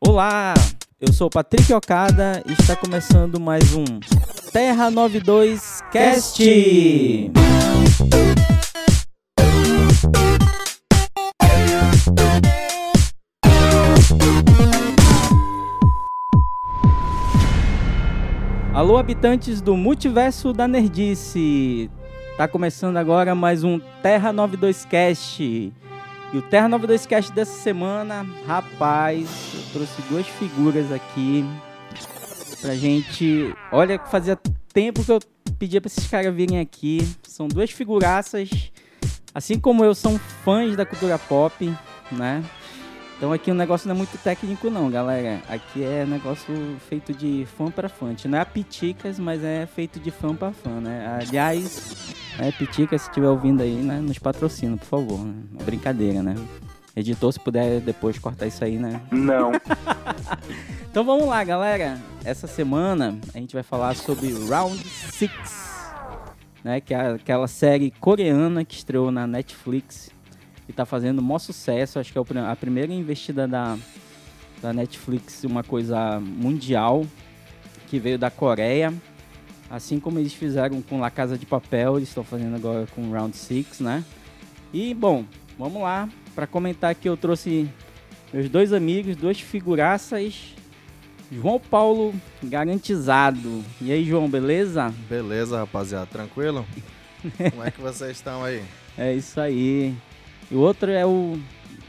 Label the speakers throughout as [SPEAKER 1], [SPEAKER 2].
[SPEAKER 1] Olá, eu sou Patrick Ocada e está começando mais um Terra 92 Cast. Alô, habitantes do multiverso da Nerdice. Tá começando agora mais um Terra 92 Cast. E o Terra 92 Cast dessa semana, rapaz, eu trouxe duas figuras aqui pra gente. Olha, fazia tempo que eu pedia pra esses caras virem aqui. São duas figuraças, assim como eu, são fãs da cultura pop, né? Então aqui o negócio não é muito técnico não, galera. Aqui é negócio feito de fã pra fã. A gente Não é a piticas, mas é feito de fã pra fã, né? Aliás, é, Pitica, se estiver ouvindo aí, né, nos patrocina, por favor. Né? Uma brincadeira, né? Editor, se puder depois cortar isso aí, né?
[SPEAKER 2] Não.
[SPEAKER 1] Então vamos lá, galera. Essa semana a gente vai falar sobre Round 6, né? Que é aquela série coreana que estreou na Netflix e tá fazendo maior sucesso. Acho que é o prim- a primeira investida da, da Netflix, uma coisa mundial, que veio da Coreia. Assim como eles fizeram com La Casa de Papel, eles estão fazendo agora com Round 6, né? E, bom, vamos lá. Para comentar aqui, eu trouxe meus dois amigos, duas figuraças. João Paulo Garantizado. E aí, João, beleza?
[SPEAKER 3] Beleza, rapaziada, tranquilo? Como é que vocês estão aí?
[SPEAKER 1] É isso aí. E o outro é o.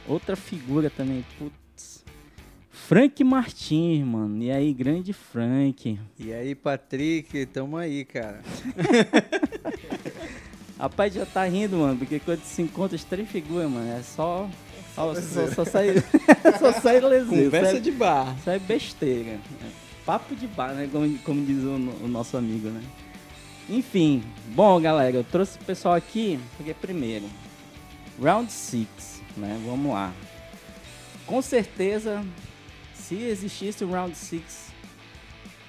[SPEAKER 1] Outra figura também. Putz. Frank Martins, mano. E aí, grande Frank.
[SPEAKER 4] E aí, Patrick, tamo aí, cara.
[SPEAKER 1] Rapaz, já tá rindo, mano, porque quando se encontra as três figuras, mano, é só. Só, só, só sai. só sai leseira.
[SPEAKER 4] Conversa
[SPEAKER 1] sai-
[SPEAKER 4] de bar.
[SPEAKER 1] Isso é besteira. né? Papo de bar, né? Como, como diz o, no- o nosso amigo, né? Enfim, bom, galera, eu trouxe o pessoal aqui porque, primeiro, Round 6, né? Vamos lá. Com certeza, se existisse o Round 6,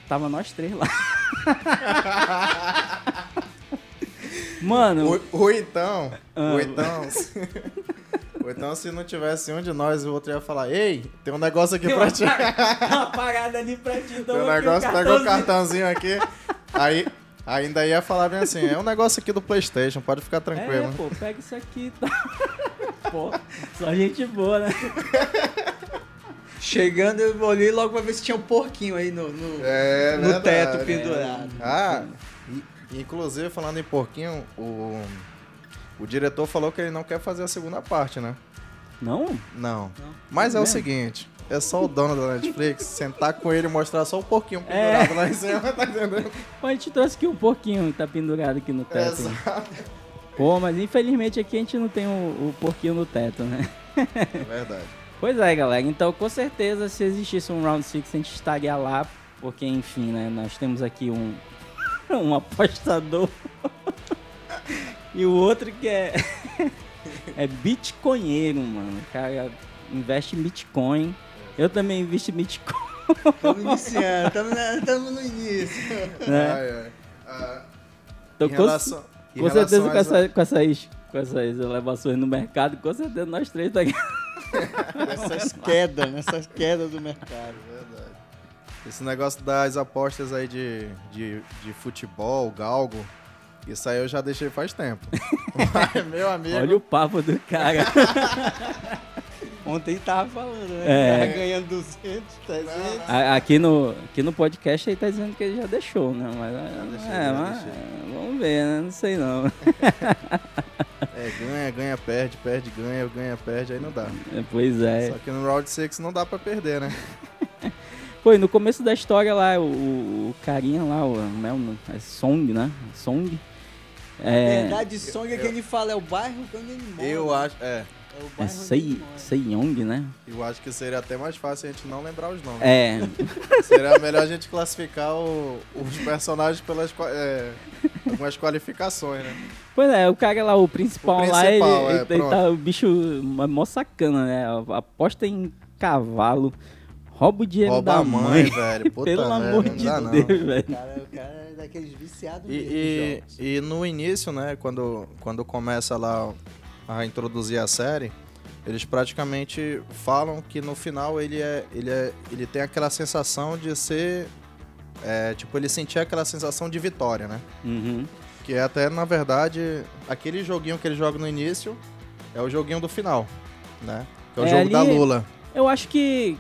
[SPEAKER 1] tava nós três lá. Mano,
[SPEAKER 3] Ou, ou então,
[SPEAKER 1] Ah.
[SPEAKER 3] ou então, se- ou então se não tivesse um de nós, o outro ia falar, ei, tem um negócio aqui
[SPEAKER 1] tem
[SPEAKER 3] pra
[SPEAKER 1] uma,
[SPEAKER 3] ti,
[SPEAKER 1] par- uma parada ali pra ti. então
[SPEAKER 3] tem um
[SPEAKER 1] aqui o
[SPEAKER 3] negócio, pega o
[SPEAKER 1] cartãozinho.
[SPEAKER 3] cartãozinho aqui, aí ainda ia falar bem assim, é um negócio aqui do Playstation, pode ficar tranquilo.
[SPEAKER 1] É, pô, pega isso aqui e tal. pô, só gente boa, né?
[SPEAKER 4] Chegando, eu olhei logo pra ver se tinha um porquinho aí no, no,
[SPEAKER 3] É,
[SPEAKER 4] no
[SPEAKER 3] verdade.
[SPEAKER 4] teto pendurado.
[SPEAKER 3] Ah, e- inclusive, falando em porquinho, o, o diretor falou que ele não quer fazer a segunda parte, né?
[SPEAKER 1] Não?
[SPEAKER 3] Não. Mas é o
[SPEAKER 1] mesmo?
[SPEAKER 3] seguinte, é só o dono da Netflix sentar com ele e mostrar só um pouquinho
[SPEAKER 1] É.
[SPEAKER 3] pendurado lá em cima, tá entendendo? É,
[SPEAKER 1] Mas a gente trouxe aqui um porquinho que tá pendurado aqui no teto.
[SPEAKER 3] Exato.
[SPEAKER 1] Pô, mas infelizmente aqui a gente não tem o, o porquinho no teto, né?
[SPEAKER 3] É verdade.
[SPEAKER 1] Pois é, galera. Então, com certeza, se existisse um Round 6, a gente estaria lá. Porque, enfim, né? Nós temos aqui um, um apostador. e o outro que é... é bitcoinheiro, mano. O cara investe em Bitcoin. Eu também invisto em Bitcoin,
[SPEAKER 4] Tamo iniciando, tamo, na- tamo no início.
[SPEAKER 1] né?
[SPEAKER 3] Ai, ai. Ah,
[SPEAKER 1] Então,
[SPEAKER 3] em
[SPEAKER 1] com-
[SPEAKER 3] relação, em
[SPEAKER 1] Com certeza
[SPEAKER 3] relação
[SPEAKER 1] com,
[SPEAKER 3] às-
[SPEAKER 1] essa- com essas, com essas elevações no mercado, com certeza nós três tá aqui.
[SPEAKER 4] Nessas quedas, nessas quedas né? do mercado.
[SPEAKER 3] Verdade. Esse negócio das apostas aí de, de, de futebol, galgo, isso aí eu já deixei faz tempo. Mas, meu amigo,
[SPEAKER 1] Olha o papo do cara.
[SPEAKER 4] Ontem tava falando, né?
[SPEAKER 1] É.
[SPEAKER 4] Tava ganhando 200, 300.
[SPEAKER 1] A- aqui, no, aqui no podcast ele tá dizendo que ele já deixou, né? Mas,
[SPEAKER 3] deixei,
[SPEAKER 1] é,
[SPEAKER 3] já
[SPEAKER 1] mas-
[SPEAKER 3] deixei.
[SPEAKER 1] vamos ver, né? Não sei não.
[SPEAKER 3] é, ganha, ganha, perde, perde, ganha, ganha, perde, aí não dá.
[SPEAKER 1] Pois é.
[SPEAKER 3] Só que no Round 6 não dá pra perder, né?
[SPEAKER 1] Foi no começo da história lá, o, o- o carinha lá, o, né, o- é Song, né? Song.
[SPEAKER 4] Na
[SPEAKER 1] É,
[SPEAKER 4] verdade, Song é que ele fala, é o bairro que onde ele mora.
[SPEAKER 1] né?
[SPEAKER 3] Eu acho, é,
[SPEAKER 4] É o bairro
[SPEAKER 1] é
[SPEAKER 4] onde ele
[SPEAKER 1] Sei,
[SPEAKER 4] mora.
[SPEAKER 1] Seiyong, né?
[SPEAKER 3] eu acho que seria até mais fácil a gente não lembrar os nomes.
[SPEAKER 1] É,
[SPEAKER 3] Seria melhor a gente classificar o- os personagens pelas qua- é, algumas qualificações, né?
[SPEAKER 1] Pois é, o cara lá, o principal,
[SPEAKER 3] O
[SPEAKER 1] lá, ele,
[SPEAKER 3] principal, é,
[SPEAKER 1] ele- ele
[SPEAKER 3] pronto.
[SPEAKER 1] tá o bicho mó mó sacana, né? Aposta em cavalo, rouba o dinheiro
[SPEAKER 3] Rouba
[SPEAKER 1] da
[SPEAKER 3] a mãe, velho. Puta
[SPEAKER 1] Pelo
[SPEAKER 3] merda,
[SPEAKER 1] amor
[SPEAKER 3] não
[SPEAKER 1] de
[SPEAKER 3] dá, não.
[SPEAKER 1] Deus, velho.
[SPEAKER 4] Cara, o cara é daqueles viciados mesmo de
[SPEAKER 3] E,
[SPEAKER 4] jogos.
[SPEAKER 3] e, e no início, né, quando, quando começa lá a introduzir a série, Eles praticamente falam que no final ele é, ele é, ele tem aquela sensação de ser, é, tipo ele sentia aquela sensação de vitória, né?
[SPEAKER 1] Uhum.
[SPEAKER 3] Que é até, na verdade, aquele joguinho que ele joga no início é o joguinho do final, né? Que é o
[SPEAKER 1] É,
[SPEAKER 3] jogo
[SPEAKER 1] ali
[SPEAKER 3] da Lula.
[SPEAKER 1] Eu acho que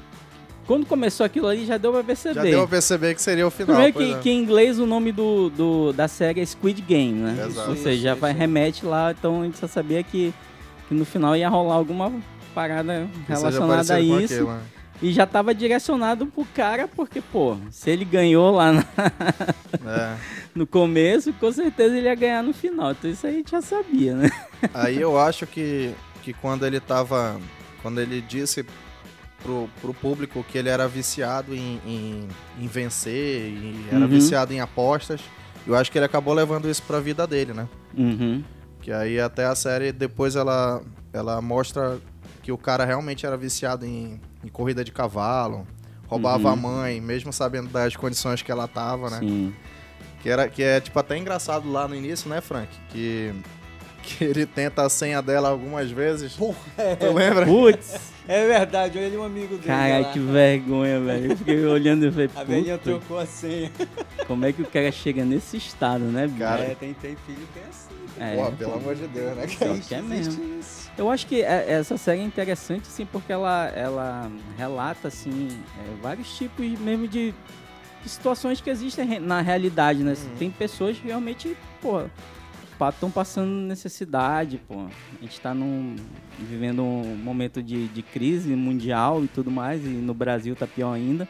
[SPEAKER 1] quando começou aquilo ali já deu pra perceber.
[SPEAKER 3] Já deu a perceber que seria o final.
[SPEAKER 1] Primeiro
[SPEAKER 3] pois
[SPEAKER 1] que,
[SPEAKER 3] é.
[SPEAKER 1] que em inglês o nome do, do- da série é Squid Game, né?
[SPEAKER 3] Exato.
[SPEAKER 1] Ou
[SPEAKER 2] Isso,
[SPEAKER 1] seja, já
[SPEAKER 2] isso.
[SPEAKER 1] vai remete lá, então a gente só sabia que, que no final ia rolar alguma parada
[SPEAKER 3] Que seja
[SPEAKER 1] relacionada a
[SPEAKER 3] parecido com
[SPEAKER 1] isso.
[SPEAKER 3] aquilo, né?
[SPEAKER 1] E já tava direcionado pro cara, porque, pô, se ele ganhou lá na-
[SPEAKER 3] É.
[SPEAKER 1] no começo, com certeza ele ia ganhar no final. Então isso aí a gente já sabia, né?
[SPEAKER 3] Aí eu acho que, que quando ele tava. Quando ele disse pro, pro público que ele era viciado em, em, em vencer, e era
[SPEAKER 1] Uhum.
[SPEAKER 3] viciado em apostas, eu acho que ele acabou levando isso pra vida dele, né?
[SPEAKER 1] Uhum.
[SPEAKER 3] Que aí até a série depois ela, ela mostra que o cara realmente era viciado em, em corrida de cavalo, roubava
[SPEAKER 1] Uhum.
[SPEAKER 3] a mãe, mesmo sabendo das condições que ela tava, né?
[SPEAKER 1] Sim.
[SPEAKER 3] Que, era, que é, tipo, até engraçado lá no início, né, Frank? Que, que ele tenta a senha dela algumas vezes. Tu lembra?
[SPEAKER 1] Putz,
[SPEAKER 2] É verdade, olha ali um amigo dele. olha
[SPEAKER 1] cara,
[SPEAKER 2] lá.
[SPEAKER 1] que vergonha, velho. Eu fiquei olhando e falei,
[SPEAKER 2] A velhinha
[SPEAKER 1] puta,
[SPEAKER 2] trocou a senha.
[SPEAKER 1] como é que o cara chega nesse estado, né, bicho?
[SPEAKER 3] Cara.
[SPEAKER 2] É, tem, tem filho que é assim.
[SPEAKER 1] É.
[SPEAKER 3] Pô, pelo amor de Deus, né?
[SPEAKER 1] Pior
[SPEAKER 2] Existe,
[SPEAKER 1] que é
[SPEAKER 2] existe isso.
[SPEAKER 1] Eu acho que é- essa série é interessante, assim, porque ela, ela relata, assim, é, vários tipos mesmo de, de situações que existem re- na realidade, né?
[SPEAKER 3] Uhum.
[SPEAKER 1] Tem pessoas que realmente, pô, estão passando necessidade, pô. A gente tá num, vivendo um momento de, de crise mundial e tudo mais, e no Brasil tá pior ainda.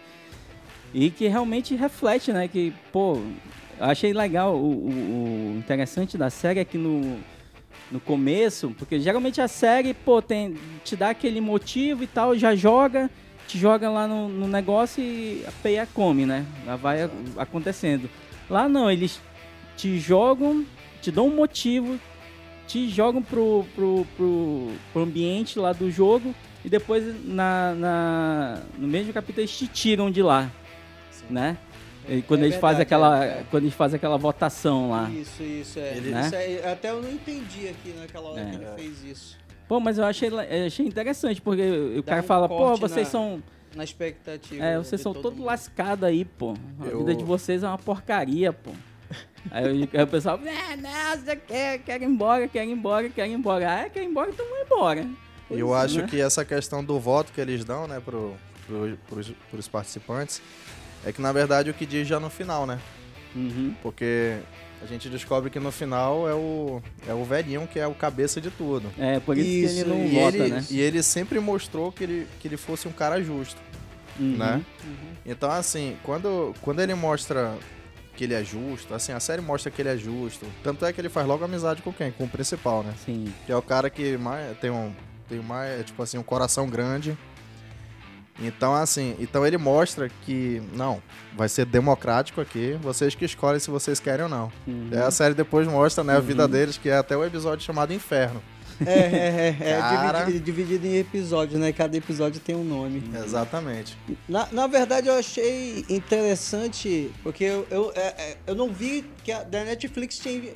[SPEAKER 1] E que realmente reflete, né? Que, pô, eu achei legal. O, o- o interessante da série é que no, no começo, porque geralmente a série, pô, tem, te dá aquele motivo e tal, já joga, te joga lá no, no negócio e a peia come, né? Ela vai a- acontecendo. Lá não, eles te jogam, te dão um motivo, te jogam pro, pro, pro, pro ambiente lá do jogo e depois na, na- no mesmo capítulo eles te tiram de lá, né? E quando
[SPEAKER 2] É
[SPEAKER 1] eles fazem
[SPEAKER 2] verdade,
[SPEAKER 1] aquela,
[SPEAKER 2] é, é.
[SPEAKER 1] quando eles fazem aquela votação lá. Né?
[SPEAKER 2] Isso, isso, é.
[SPEAKER 3] Ele-
[SPEAKER 2] Isso é- Até eu não entendi aqui naquela hora
[SPEAKER 1] É.
[SPEAKER 2] que ele fez isso.
[SPEAKER 1] Pô, mas eu achei, eu achei interessante, porque o
[SPEAKER 2] Dá
[SPEAKER 1] cara
[SPEAKER 2] um
[SPEAKER 1] fala, pô,
[SPEAKER 2] corte
[SPEAKER 1] vocês
[SPEAKER 2] na-
[SPEAKER 1] são.
[SPEAKER 2] Na expectativa.
[SPEAKER 1] É, vocês
[SPEAKER 2] de
[SPEAKER 1] são
[SPEAKER 2] todo
[SPEAKER 1] todos
[SPEAKER 2] mundo.
[SPEAKER 1] lascados aí, pô. A
[SPEAKER 3] Eu-
[SPEAKER 1] vida de vocês é uma porcaria, pô. Aí, o- aí o pessoal, é, nossa, quero, quero ir embora, quero ir embora, quero ir embora. Ah, quer ir embora, então vamos embora. é, né?
[SPEAKER 3] E eu acho que essa questão do voto que eles dão, né, pro, pro, pros, pros participantes, é que na verdade o que diz já no final, né?
[SPEAKER 1] Uhum.
[SPEAKER 3] Porque a gente descobre que no final é o, é o velhinho que é o cabeça de tudo.
[SPEAKER 1] É, por isso,
[SPEAKER 2] Isso,
[SPEAKER 1] que ele não
[SPEAKER 3] E,
[SPEAKER 1] vota,
[SPEAKER 3] ele,
[SPEAKER 1] né?
[SPEAKER 3] e ele sempre mostrou que ele, que ele fosse um cara justo.
[SPEAKER 1] Uhum.
[SPEAKER 3] né?
[SPEAKER 2] Uhum.
[SPEAKER 3] Então, assim, quando, quando ele mostra que ele é justo, assim, a série mostra que ele é justo. Tanto é que ele faz logo amizade com quem? Com o principal, né?
[SPEAKER 1] Sim.
[SPEAKER 3] Que é o cara que mais tem um. Tem mais, é, tipo assim, um coração grande. Então, assim, então ele mostra que, não, vai ser democrático aqui, vocês que escolhem se vocês querem ou não.
[SPEAKER 1] Uhum.
[SPEAKER 3] Daí a série depois mostra, né, a vida
[SPEAKER 1] Uhum.
[SPEAKER 3] deles, que é até o episódio chamado Inferno.
[SPEAKER 2] É, é, é, é,
[SPEAKER 3] Cara.
[SPEAKER 2] dividido, dividido em episódios, né? Cada episódio tem um nome.
[SPEAKER 3] Uhum. Exatamente.
[SPEAKER 2] Na, na verdade, eu achei interessante, porque eu, eu, é, é, eu não vi que a da Netflix tinha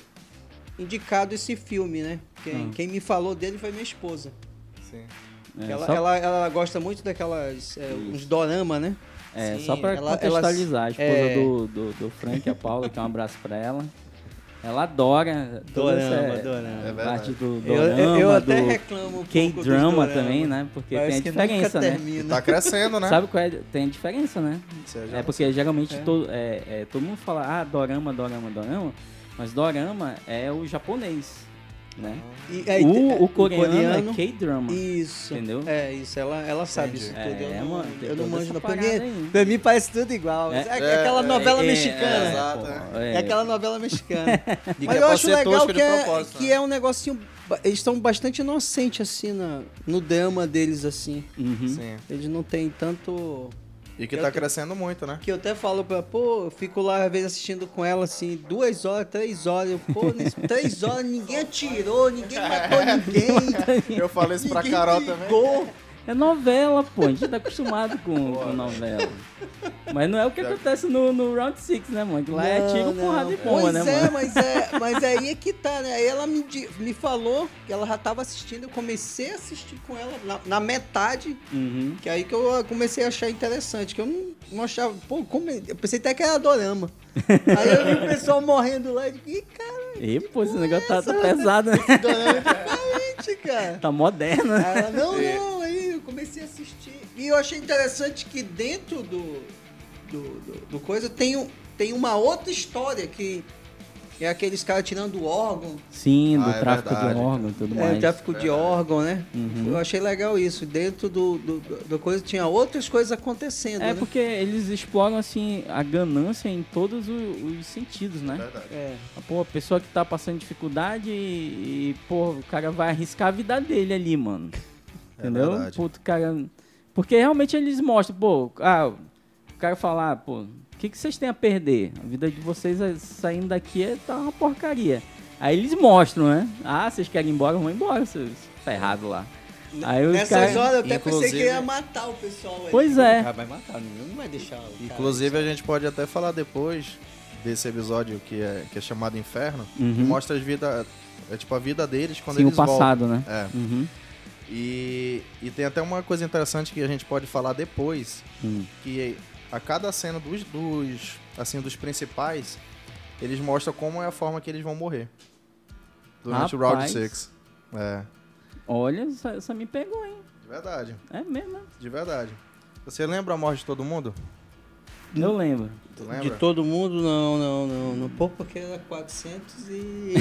[SPEAKER 2] indicado esse filme, né? Quem,
[SPEAKER 1] Ah.
[SPEAKER 2] quem me falou dele foi minha esposa.
[SPEAKER 3] Sim.
[SPEAKER 1] É,
[SPEAKER 2] ela,
[SPEAKER 1] só,
[SPEAKER 2] ela, ela gosta muito daquelas. É, uns dorama, né?
[SPEAKER 1] é,
[SPEAKER 2] sim,
[SPEAKER 1] só pra
[SPEAKER 2] ela-
[SPEAKER 1] contextualizar, a esposa
[SPEAKER 2] é.
[SPEAKER 1] do, do, do Frank, a Paula, que é um abraço pra ela. Ela adora. toda essa-
[SPEAKER 2] dorama.
[SPEAKER 1] parte
[SPEAKER 3] É verdade.
[SPEAKER 1] do
[SPEAKER 2] Eu,
[SPEAKER 1] dorama,
[SPEAKER 2] eu- eu até
[SPEAKER 1] do
[SPEAKER 2] reclamo um pouco dos
[SPEAKER 1] K-drama
[SPEAKER 2] dorama.
[SPEAKER 1] também, né? Porque tem
[SPEAKER 2] Parece
[SPEAKER 1] a
[SPEAKER 2] que nunca
[SPEAKER 1] diferença, né?
[SPEAKER 3] E
[SPEAKER 2] termina.
[SPEAKER 3] tá crescendo, né?
[SPEAKER 1] Sabe qual é? Tem a diferença, né?
[SPEAKER 3] Você já-
[SPEAKER 1] É porque geralmente
[SPEAKER 2] É.
[SPEAKER 1] Todo, é- é, todo mundo fala, ah, dorama, dorama, dorama, mas dorama é o japonês, né?
[SPEAKER 2] E aí, é,
[SPEAKER 1] o, o coreano, é K-drama.
[SPEAKER 2] Isso.
[SPEAKER 1] Entendeu?
[SPEAKER 2] É, isso. Ela, ela sabe
[SPEAKER 3] Entendi.
[SPEAKER 2] isso tudo.
[SPEAKER 1] É,
[SPEAKER 2] eu não,
[SPEAKER 1] mano, tem
[SPEAKER 2] eu não
[SPEAKER 1] toda
[SPEAKER 2] manjo
[SPEAKER 1] essa
[SPEAKER 2] não. Pra
[SPEAKER 1] parada
[SPEAKER 2] mim,
[SPEAKER 1] aí.
[SPEAKER 2] pra mim parece tudo igual. É,
[SPEAKER 1] É,
[SPEAKER 2] aquela
[SPEAKER 3] é,
[SPEAKER 2] novela
[SPEAKER 1] É,
[SPEAKER 2] mexicana.
[SPEAKER 1] é,
[SPEAKER 3] Exato,
[SPEAKER 1] pô,
[SPEAKER 3] né?
[SPEAKER 2] É aquela novela mexicana.
[SPEAKER 3] E
[SPEAKER 2] Mas
[SPEAKER 3] que
[SPEAKER 2] eu
[SPEAKER 3] é pra
[SPEAKER 2] acho
[SPEAKER 3] ser
[SPEAKER 2] legal
[SPEAKER 3] tosco de
[SPEAKER 2] que é,
[SPEAKER 3] propósito,
[SPEAKER 2] que
[SPEAKER 3] né?
[SPEAKER 2] é um negocinho. ba- Eles estão bastante inocentes, assim, na, no drama deles, assim.
[SPEAKER 1] Uhum.
[SPEAKER 3] um- Sim.
[SPEAKER 2] Eles não têm tanto.
[SPEAKER 3] E que
[SPEAKER 2] Eu
[SPEAKER 3] tá
[SPEAKER 2] tenho-
[SPEAKER 3] crescendo muito, né?
[SPEAKER 2] Que eu até falo pra, pô, eu fico lá às vezes assistindo com ela, assim, duas horas, três horas. Eu, pô, nisso, três horas, ninguém atirou, ninguém matou ninguém.
[SPEAKER 3] Eu falei isso pra
[SPEAKER 2] ninguém
[SPEAKER 3] Carol também.
[SPEAKER 2] brigou.
[SPEAKER 1] É novela, pô. A gente tá acostumado com, com novela. Mas não é o que acontece no, no Round six né, mano? Que lá é tiro,
[SPEAKER 4] Não, não.
[SPEAKER 1] porrada e bomba,
[SPEAKER 4] pois
[SPEAKER 1] né,
[SPEAKER 4] é,
[SPEAKER 1] mano?
[SPEAKER 4] Mas é, mas aí é que tá, né? Aí ela me, di- me falou que ela já tava assistindo, eu comecei a assistir com ela na, na metade,
[SPEAKER 1] Uhum.
[SPEAKER 4] que aí que eu comecei a achar interessante, que eu não, não achava, pô, como é? eu pensei até que era dorama. aí eu vi o pessoal morrendo lá, e digo, ih,
[SPEAKER 1] E, pô, esse
[SPEAKER 4] é
[SPEAKER 1] negócio tá, tá pesado, né?
[SPEAKER 4] cara, dorama é diferente, cara.
[SPEAKER 1] Tá moderno, né?
[SPEAKER 4] Aí ela, não, não, aí eu comecei a assistir. E eu achei interessante que dentro do, do, do- do coisa tem, um- tem uma outra história que é aqueles caras tirando o órgão,
[SPEAKER 1] Sim, do
[SPEAKER 3] Ah, é
[SPEAKER 1] tráfico
[SPEAKER 3] verdade,
[SPEAKER 1] de
[SPEAKER 3] cara.
[SPEAKER 1] órgão e tudo
[SPEAKER 4] é,
[SPEAKER 1] mais.
[SPEAKER 4] o tráfico de órgão, né?
[SPEAKER 1] Uhum.
[SPEAKER 4] Eu achei legal isso. Dentro do, do, do- do coisa tinha outras coisas acontecendo,
[SPEAKER 1] É
[SPEAKER 4] né?
[SPEAKER 1] porque eles exploram, assim, a ganância em todos o- os sentidos, né?
[SPEAKER 3] Verdade.
[SPEAKER 4] É.
[SPEAKER 1] Pô, a pessoa que tá passando dificuldade e, e, pô, o cara vai arriscar a vida dele ali, mano.
[SPEAKER 3] É
[SPEAKER 1] Entendeu?
[SPEAKER 3] verdade.
[SPEAKER 1] Puto, cara. Porque realmente eles mostram, pô, ah, o cara falar, pô, o que, que vocês têm a perder? A vida de vocês é- saindo daqui é, tá uma porcaria. Aí eles mostram, né? Ah, vocês querem ir embora? Vão embora, seus ferrados lá. Aí os
[SPEAKER 4] Nessas
[SPEAKER 1] caras.
[SPEAKER 4] horas eu até pensei que
[SPEAKER 3] Inclusive-
[SPEAKER 4] ia matar o pessoal. ali.
[SPEAKER 1] Pois
[SPEAKER 3] né?
[SPEAKER 1] é.
[SPEAKER 2] vai matar,
[SPEAKER 4] Não vai deixar o cara.
[SPEAKER 3] Inclusive, a gente pode até falar depois desse episódio que é, que é chamado Inferno, que
[SPEAKER 1] Uhum.
[SPEAKER 3] mostra as vida, é, tipo, a vida deles quando
[SPEAKER 1] Sim, o
[SPEAKER 3] eles voltam.
[SPEAKER 1] passado, né?
[SPEAKER 3] É.
[SPEAKER 1] Uhum.
[SPEAKER 3] E, e tem até uma coisa interessante que a gente pode falar depois,
[SPEAKER 1] Hum.
[SPEAKER 3] que a cada cena dos, dos assim dos principais, eles mostram como é a forma que eles vão morrer. Durante o Round
[SPEAKER 1] Rapaz.
[SPEAKER 3] 6. É.
[SPEAKER 1] Olha, essa, essa me pegou, hein?
[SPEAKER 3] De verdade,
[SPEAKER 1] É mesmo, né?
[SPEAKER 3] de verdade. Você lembra a morte de todo mundo? Hum.
[SPEAKER 1] Eu lembro.
[SPEAKER 3] Tu
[SPEAKER 2] De
[SPEAKER 3] lembra?
[SPEAKER 2] todo mundo, não, não, não. não.
[SPEAKER 4] Pô, porque era 400 e...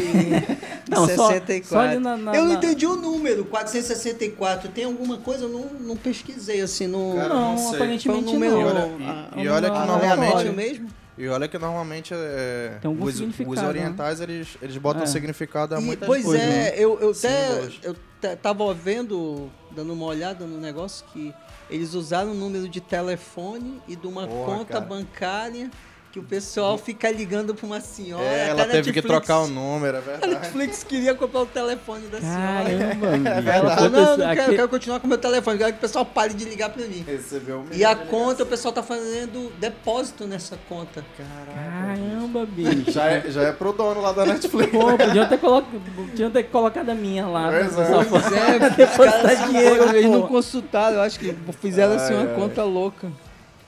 [SPEAKER 1] Não, só-
[SPEAKER 4] 64.
[SPEAKER 1] só ali na- na-
[SPEAKER 4] eu não
[SPEAKER 1] na-
[SPEAKER 4] entendi o número, 464. Tem alguma coisa? Eu não, não pesquisei, assim, no...
[SPEAKER 3] Cara,
[SPEAKER 1] não,
[SPEAKER 3] não sei.
[SPEAKER 1] aparentemente
[SPEAKER 4] Foi um número-
[SPEAKER 1] não.
[SPEAKER 3] E olha-
[SPEAKER 1] Ah,
[SPEAKER 3] e-
[SPEAKER 1] um
[SPEAKER 3] e olha
[SPEAKER 1] número
[SPEAKER 3] que
[SPEAKER 1] aleatório.
[SPEAKER 3] normalmente-
[SPEAKER 4] mesmo?
[SPEAKER 3] E olha que normalmente é,
[SPEAKER 1] Tem algum
[SPEAKER 3] os,
[SPEAKER 1] significado, né?
[SPEAKER 3] os orientais eles, eles botam
[SPEAKER 1] É.
[SPEAKER 3] significado a
[SPEAKER 4] E,
[SPEAKER 3] muitas
[SPEAKER 4] pois
[SPEAKER 3] coisas. né?
[SPEAKER 4] é, eu, eu até
[SPEAKER 3] Símbolos.
[SPEAKER 4] eu t- tava vendo, dando uma olhada no negócio que eles usaram o número de telefone e de uma
[SPEAKER 3] Porra,
[SPEAKER 4] conta
[SPEAKER 3] cara.
[SPEAKER 4] bancária que o pessoal fica ligando pra uma senhora.
[SPEAKER 3] É, ela
[SPEAKER 4] até a
[SPEAKER 3] teve que
[SPEAKER 4] Netflix-
[SPEAKER 3] trocar o número, é
[SPEAKER 4] A
[SPEAKER 3] verdade.
[SPEAKER 4] Netflix queria comprar o telefone da senhora.
[SPEAKER 1] Caramba,
[SPEAKER 3] É
[SPEAKER 1] bicho.
[SPEAKER 4] Ela falou, não, não quero,
[SPEAKER 1] Aqui-
[SPEAKER 4] Tá eu quero continuar com o meu telefone, quero que o pessoal pare de ligar pra mim.
[SPEAKER 3] Recebeu um
[SPEAKER 4] E a conta, o pessoal tá fazendo depósito nessa conta.
[SPEAKER 1] Caramba, bicho.
[SPEAKER 3] Já é, já é pro dono lá da Netflix.
[SPEAKER 1] Pô, podiam ter, colo... podiam ter colocado a minha lá.
[SPEAKER 3] Pois
[SPEAKER 1] né?
[SPEAKER 3] é.
[SPEAKER 1] Só-
[SPEAKER 4] Pois é,
[SPEAKER 1] Depositar dinheiro,
[SPEAKER 4] eles não
[SPEAKER 1] pô.
[SPEAKER 4] consultaram, eu acho que fizeram assim uma conta louca.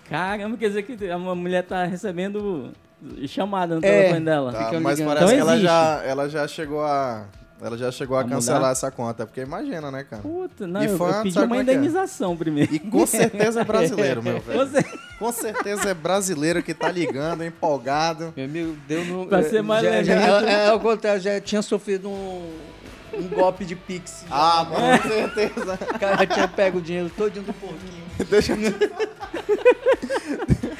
[SPEAKER 1] Caramba, quer dizer que a mulher tá recebendo chamada no
[SPEAKER 4] É.
[SPEAKER 1] telefone dela.
[SPEAKER 3] Tá,
[SPEAKER 4] Ficam
[SPEAKER 3] mas
[SPEAKER 4] ligando.
[SPEAKER 3] parece
[SPEAKER 1] Então
[SPEAKER 3] que ela
[SPEAKER 1] existe.
[SPEAKER 3] já, ela já chegou a. Ela já chegou a,
[SPEAKER 1] A
[SPEAKER 3] cancelar
[SPEAKER 1] mudar?
[SPEAKER 3] essa conta, porque imagina, né, cara?
[SPEAKER 1] Puta, não,
[SPEAKER 3] E
[SPEAKER 1] eu,
[SPEAKER 3] fã,
[SPEAKER 1] eu pedi
[SPEAKER 3] sabe
[SPEAKER 1] uma
[SPEAKER 3] como é que é?
[SPEAKER 1] indenização primeiro.
[SPEAKER 3] E com certeza é brasileiro, meu velho.
[SPEAKER 1] Você-
[SPEAKER 3] Com certeza é brasileiro que tá ligando, empolgado.
[SPEAKER 2] Meu amigo, deu no.
[SPEAKER 1] Pra ser
[SPEAKER 2] eh,
[SPEAKER 1] mais
[SPEAKER 2] já-
[SPEAKER 1] legal.
[SPEAKER 2] já-
[SPEAKER 4] é, Já, é, é, ao contrário, já tinha sofrido um, um golpe de Pix.
[SPEAKER 3] Ah, mano, com certeza.
[SPEAKER 4] O cara tinha pego o dinheiro todinho do porquinho.
[SPEAKER 3] Deixa eu...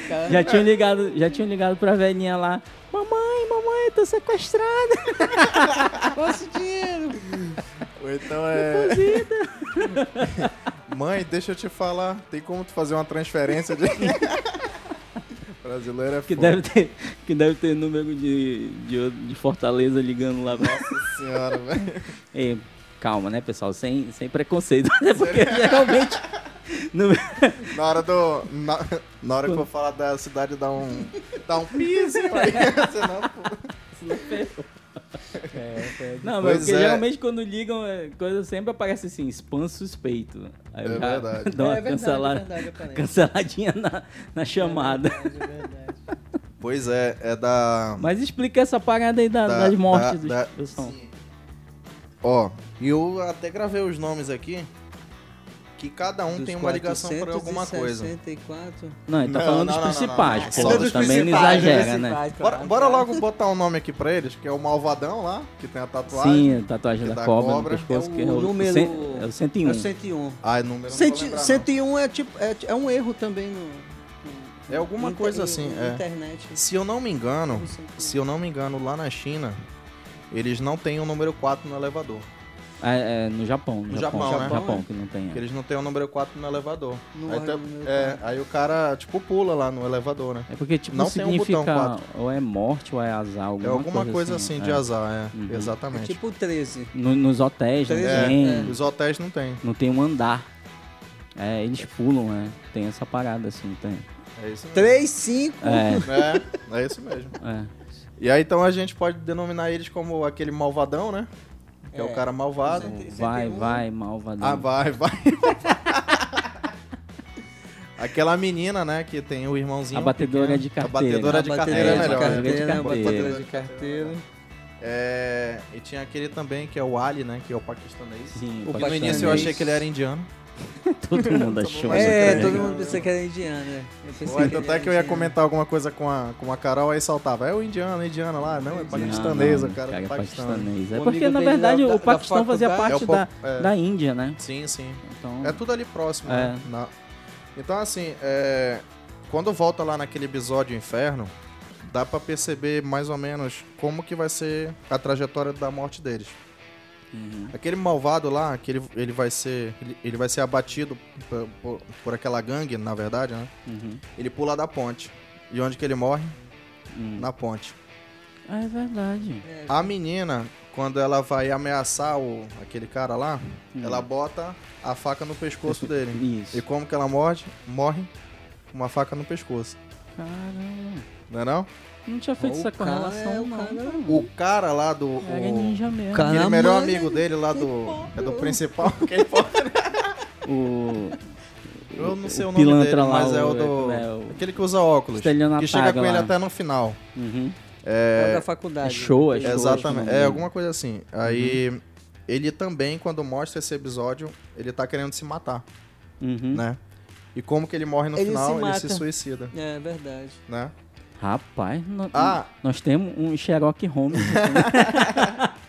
[SPEAKER 4] Cara.
[SPEAKER 1] já, tinham ligado, já tinham ligado pra velhinha lá. Mamãe, mamãe, tô sequestrada.
[SPEAKER 4] Nosso dinheiro.
[SPEAKER 3] Ou então é. Mãe, deixa eu te falar. Tem como tu fazer uma transferência de. brasileiro é
[SPEAKER 1] Que
[SPEAKER 3] foda.
[SPEAKER 1] deve ter, que deve ter número de, de, outro- de Fortaleza ligando lá. pra-
[SPEAKER 3] Nossa senhora, velho.
[SPEAKER 1] Ei, calma, né, pessoal? Sem, sem preconceito. né? Porque geralmente... no-
[SPEAKER 3] Na hora do. Na, na hora que eu falar da cidade, dá um. Dá um piso, aí, senão, pô.
[SPEAKER 1] é Não, mas
[SPEAKER 3] Pois
[SPEAKER 1] porque
[SPEAKER 3] é.
[SPEAKER 1] geralmente quando ligam, é, coisa sempre aparece assim, spam suspeito. Aí
[SPEAKER 3] É
[SPEAKER 1] o cara
[SPEAKER 3] verdade.
[SPEAKER 1] dá uma
[SPEAKER 4] é verdade,
[SPEAKER 1] cancela-
[SPEAKER 4] é verdade, aparece.
[SPEAKER 1] canceladinha na, na chamada.
[SPEAKER 4] É verdade.
[SPEAKER 3] Pois é, é da.
[SPEAKER 1] Mas explica essa parada aí da-
[SPEAKER 3] Da-
[SPEAKER 1] das mortes
[SPEAKER 3] da-
[SPEAKER 1] dos
[SPEAKER 3] da-
[SPEAKER 1] pessoal.
[SPEAKER 3] Ó, e eu até gravei os nomes aqui. Que cada um tem uma ligação por alguma coisa.
[SPEAKER 4] 64.
[SPEAKER 1] Não, ele tá
[SPEAKER 3] Não,
[SPEAKER 1] falando
[SPEAKER 3] não,
[SPEAKER 1] dos
[SPEAKER 3] não, não,
[SPEAKER 1] principais,
[SPEAKER 3] não,
[SPEAKER 1] pô.
[SPEAKER 3] não. Só dos
[SPEAKER 1] também não
[SPEAKER 3] principais,
[SPEAKER 1] exagera, né?
[SPEAKER 3] Bora, bora logo botar um nome aqui pra eles, que é o Malvadão lá, que tem a tatuagem.
[SPEAKER 1] Sim, a tatuagem
[SPEAKER 3] que
[SPEAKER 1] da,
[SPEAKER 3] da
[SPEAKER 1] cobra,
[SPEAKER 3] cobra. um
[SPEAKER 1] no pescoço,
[SPEAKER 4] É
[SPEAKER 1] que é
[SPEAKER 4] o
[SPEAKER 1] o,
[SPEAKER 4] número-
[SPEAKER 1] cen- é o 101.
[SPEAKER 4] É 101.
[SPEAKER 3] Ai, Ah, número não vou
[SPEAKER 4] Cento-
[SPEAKER 3] lembrar, não.
[SPEAKER 4] 101 é tipo é, é um erro também no, no-
[SPEAKER 3] É alguma
[SPEAKER 4] no inter-
[SPEAKER 3] coisa assim,
[SPEAKER 4] no
[SPEAKER 3] é.
[SPEAKER 4] internet. né?
[SPEAKER 3] Se eu não me engano,
[SPEAKER 4] Um 101.
[SPEAKER 3] se eu não me engano, lá na China, eles não têm o número 4 no elevador.
[SPEAKER 1] Ah, é, no Japão. No,
[SPEAKER 3] No
[SPEAKER 1] Japão,
[SPEAKER 3] Japão,
[SPEAKER 1] no
[SPEAKER 3] né?
[SPEAKER 1] Japão que não tem. é.
[SPEAKER 3] Eles não têm o número 4 no elevador.
[SPEAKER 4] Não
[SPEAKER 3] aí,
[SPEAKER 4] olha
[SPEAKER 3] tem-
[SPEAKER 4] o número
[SPEAKER 3] é,
[SPEAKER 4] quatro.
[SPEAKER 3] aí o cara, tipo, pula lá no elevador, né?
[SPEAKER 1] É porque, tipo,
[SPEAKER 3] Não tem um
[SPEAKER 1] significa
[SPEAKER 3] botão, quatro.
[SPEAKER 1] ou é morte ou é azar, alguma
[SPEAKER 3] é alguma coisa, assim, de
[SPEAKER 1] é.
[SPEAKER 3] azar, é.
[SPEAKER 1] Uhum.
[SPEAKER 4] É
[SPEAKER 3] Exatamente.
[SPEAKER 4] tipo 13.
[SPEAKER 1] No- nos hotéis não
[SPEAKER 4] É,
[SPEAKER 1] tem,
[SPEAKER 3] Os hotéis não tem.
[SPEAKER 1] não tem um andar. É, eles pulam, né? Tem essa parada, assim, tem.
[SPEAKER 3] É isso mesmo.
[SPEAKER 4] 3, 5.
[SPEAKER 1] É,
[SPEAKER 3] É, é isso mesmo.
[SPEAKER 1] é.
[SPEAKER 3] E aí então a gente pode denominar eles como aquele malvadão, né? Que é,
[SPEAKER 4] É.
[SPEAKER 3] o cara malvado.
[SPEAKER 4] Com certeza.
[SPEAKER 1] Vai,
[SPEAKER 4] 61.
[SPEAKER 1] vai, malvadão.
[SPEAKER 3] um. Ah, vai, vai. Aquela menina, né, que tem o irmãozinho.
[SPEAKER 1] A batedora é
[SPEAKER 3] pequeno.
[SPEAKER 1] de carteira.
[SPEAKER 3] A batedora de carteira é
[SPEAKER 1] de
[SPEAKER 3] melhor.
[SPEAKER 1] carteira.
[SPEAKER 4] Batedeira
[SPEAKER 1] Batedeira
[SPEAKER 4] de carteira.
[SPEAKER 3] É, e tinha aquele também que é o Ali, né, que é o paquistanês.
[SPEAKER 1] Sim,
[SPEAKER 4] O
[SPEAKER 1] pode
[SPEAKER 3] No
[SPEAKER 1] ser.
[SPEAKER 3] início eu
[SPEAKER 4] paquistanês.
[SPEAKER 3] achei que ele era indiano.
[SPEAKER 1] Todo mundo achou.
[SPEAKER 3] Mas
[SPEAKER 4] É,
[SPEAKER 3] eu
[SPEAKER 4] todo
[SPEAKER 3] também.
[SPEAKER 4] mundo pensa que era indiano, né? Eu pensei
[SPEAKER 3] né? Ou
[SPEAKER 4] que
[SPEAKER 3] então
[SPEAKER 4] ele
[SPEAKER 3] até
[SPEAKER 4] era
[SPEAKER 3] que eu ia
[SPEAKER 4] indiano.
[SPEAKER 3] comentar alguma coisa com a, com a Carol, aí saltava. É o indiano, é indiano lá. Não, é paquistanês,
[SPEAKER 1] Não,
[SPEAKER 3] o cara, é paquistanês.
[SPEAKER 1] paquistanês. É
[SPEAKER 4] O
[SPEAKER 1] porque,
[SPEAKER 4] amigo
[SPEAKER 1] na
[SPEAKER 4] dele
[SPEAKER 1] verdade,
[SPEAKER 4] lá da-
[SPEAKER 1] o
[SPEAKER 4] da
[SPEAKER 1] Paquistão fazia
[SPEAKER 4] faculdade.
[SPEAKER 1] parte
[SPEAKER 3] É o po-
[SPEAKER 1] da,
[SPEAKER 3] é.
[SPEAKER 1] da Índia, né?
[SPEAKER 3] Sim, sim.
[SPEAKER 1] Então,
[SPEAKER 3] É tudo ali próximo,
[SPEAKER 1] É.
[SPEAKER 3] né? Na- Então, assim, é, quando volta lá naquele episódio Inferno, dá pra perceber mais ou menos como que vai ser a trajetória da morte deles. É.
[SPEAKER 1] Uhum.
[SPEAKER 3] Aquele malvado lá, que ele, ele vai ser ele, ele vai ser abatido por, por- por aquela gangue, na verdade, né?
[SPEAKER 1] uhum,
[SPEAKER 3] Ele pula da ponte. E onde que ele morre?
[SPEAKER 1] uhum.
[SPEAKER 3] Na ponte.
[SPEAKER 1] Ah, é verdade.
[SPEAKER 3] A menina, quando ela vai ameaçar o, aquele cara lá,
[SPEAKER 1] Hum.
[SPEAKER 3] ela bota a faca no pescoço dele.
[SPEAKER 1] Isso.
[SPEAKER 3] E como que ela morde? Morre com uma faca no pescoço.
[SPEAKER 1] Caramba.
[SPEAKER 3] Não é não?
[SPEAKER 1] Não tinha feito
[SPEAKER 4] O
[SPEAKER 1] essa
[SPEAKER 4] cara é
[SPEAKER 1] correlação,
[SPEAKER 4] o
[SPEAKER 1] não.
[SPEAKER 4] cara-
[SPEAKER 1] cara.
[SPEAKER 3] O cara lá do. O,
[SPEAKER 1] Era ninja mesmo.
[SPEAKER 4] Cara-
[SPEAKER 3] aquele melhor
[SPEAKER 4] mano,
[SPEAKER 3] amigo dele lá do. É do principal. Quem pode?
[SPEAKER 1] O
[SPEAKER 3] Eu não sei
[SPEAKER 1] O
[SPEAKER 3] o, nome
[SPEAKER 1] pilantra
[SPEAKER 3] dele,
[SPEAKER 1] lá,
[SPEAKER 3] mas é
[SPEAKER 1] o-
[SPEAKER 3] o do.
[SPEAKER 1] é o-
[SPEAKER 3] Aquele que usa óculos.
[SPEAKER 1] Estelionatário
[SPEAKER 3] Que chega com ele
[SPEAKER 1] lá.
[SPEAKER 3] até no final.
[SPEAKER 1] uhum.
[SPEAKER 4] É, da faculdade.
[SPEAKER 1] é show, é
[SPEAKER 4] Ele-
[SPEAKER 1] show.
[SPEAKER 3] Exatamente.
[SPEAKER 1] né? Uhum.
[SPEAKER 3] É alguma coisa assim. Aí. Ele também, quando mostra esse episódio, ele tá querendo se matar,
[SPEAKER 1] Uhum.
[SPEAKER 3] né? E como que ele morre no
[SPEAKER 4] Ele se
[SPEAKER 3] final? ele
[SPEAKER 4] mata.
[SPEAKER 3] se suicida,
[SPEAKER 4] É verdade.
[SPEAKER 3] né?
[SPEAKER 1] Rapaz, no-
[SPEAKER 3] Ah.
[SPEAKER 1] nós temos um Sherlock Holmes.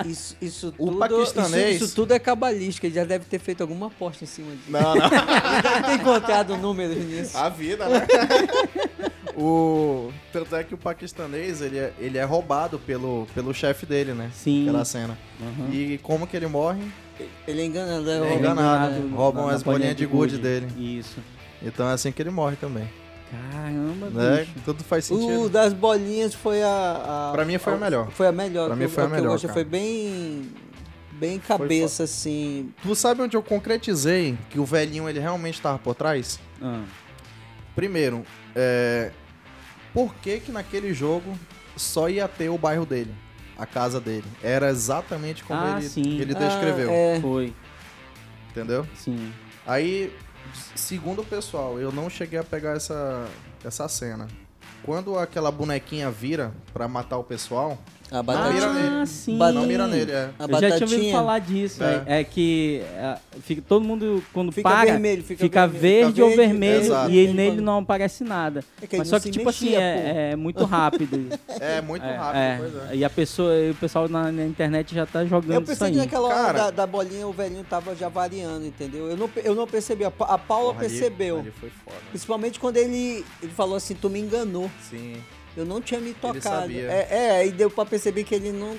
[SPEAKER 4] Isso, isso
[SPEAKER 3] O
[SPEAKER 4] tudo.
[SPEAKER 3] paquistanês-
[SPEAKER 4] Isso, isso tudo é cabalístico. Ele já deve ter feito alguma aposta em cima disso.
[SPEAKER 3] Não, não.
[SPEAKER 4] Ele deve ter encontrado números nisso.
[SPEAKER 3] A vida, né? o... Tanto é que o paquistanês, ele é, ele é roubado pelo, pelo chefe dele, né?
[SPEAKER 1] Sim.
[SPEAKER 3] Aquela cena.
[SPEAKER 1] Uhum.
[SPEAKER 3] E como que ele morre?
[SPEAKER 4] Ele é enganado.
[SPEAKER 3] Ele é
[SPEAKER 4] roubado.
[SPEAKER 3] enganado.
[SPEAKER 1] Enganado
[SPEAKER 3] Roubam
[SPEAKER 1] na- na
[SPEAKER 3] as
[SPEAKER 1] bolinha
[SPEAKER 3] bolinhas de gude dele.
[SPEAKER 1] Isso.
[SPEAKER 3] Então é assim que ele morre também.
[SPEAKER 1] Caramba,
[SPEAKER 3] Né?
[SPEAKER 1] bicho.
[SPEAKER 3] Tudo faz sentido.
[SPEAKER 4] O das bolinhas foi a. a
[SPEAKER 3] Pra mim foi a melhor.
[SPEAKER 4] Foi a melhor.
[SPEAKER 3] Pra
[SPEAKER 4] que
[SPEAKER 3] mim
[SPEAKER 4] eu-
[SPEAKER 3] foi a
[SPEAKER 4] que eu
[SPEAKER 3] melhor,
[SPEAKER 4] gostei.
[SPEAKER 3] cara.
[SPEAKER 4] Foi bem. Bem cabeça, assim.
[SPEAKER 3] Tu sabe onde eu concretizei que o velhinho, ele realmente tava por trás?
[SPEAKER 1] Ah,
[SPEAKER 3] Primeiro, é... Por que que naquele jogo só ia ter o bairro dele? A casa dele. Era exatamente como
[SPEAKER 1] Ah,
[SPEAKER 3] ele,
[SPEAKER 1] sim.
[SPEAKER 3] ele
[SPEAKER 4] Ah,
[SPEAKER 3] descreveu.
[SPEAKER 4] é.
[SPEAKER 1] Foi,
[SPEAKER 3] Entendeu?
[SPEAKER 1] sim.
[SPEAKER 3] Aí, segundo o pessoal, eu não cheguei a pegar essa, essa cena. Quando aquela bonequinha vira pra matar o pessoal, Não
[SPEAKER 4] A
[SPEAKER 3] mira
[SPEAKER 4] batatinha.
[SPEAKER 1] ah,
[SPEAKER 3] nele.
[SPEAKER 1] sim.
[SPEAKER 4] Batata-
[SPEAKER 3] não mira nele, é.
[SPEAKER 4] A
[SPEAKER 1] Eu
[SPEAKER 4] batatinha.
[SPEAKER 1] já tinha ouvido falar disso.
[SPEAKER 3] É.
[SPEAKER 1] É, é que é, fica, todo mundo, quando
[SPEAKER 4] Fica
[SPEAKER 1] para,
[SPEAKER 4] vermelho, fica,
[SPEAKER 1] fica verde
[SPEAKER 4] Fica
[SPEAKER 1] ou vermelho
[SPEAKER 3] Exato.
[SPEAKER 1] e nele não aparece nada.
[SPEAKER 4] É que ele
[SPEAKER 1] Mas só
[SPEAKER 4] não
[SPEAKER 1] que,
[SPEAKER 4] se né,
[SPEAKER 1] tipo
[SPEAKER 4] mexia,
[SPEAKER 1] assim, é, é muito rápido.
[SPEAKER 3] É muito
[SPEAKER 1] É,
[SPEAKER 3] rápido,
[SPEAKER 1] é.
[SPEAKER 3] pois é.
[SPEAKER 1] E a pessoa, e o pessoal na, na internet já tá jogando
[SPEAKER 4] Eu pensei
[SPEAKER 1] isso
[SPEAKER 4] que
[SPEAKER 1] aí.
[SPEAKER 4] naquela hora
[SPEAKER 3] Cara.
[SPEAKER 4] da, da bolinha o velhinho tava já variando, entendeu? Eu não, pe- eu não percebi. A, Pa- a Paula
[SPEAKER 3] Porra, ali-
[SPEAKER 4] percebeu.
[SPEAKER 3] ali foi foda.
[SPEAKER 4] Principalmente quando ele, ele falou assim, tu me enganou.
[SPEAKER 3] Sim.
[SPEAKER 4] Eu não tinha me tocado.
[SPEAKER 3] sabia.
[SPEAKER 4] É, é, aí deu pra perceber que ele não.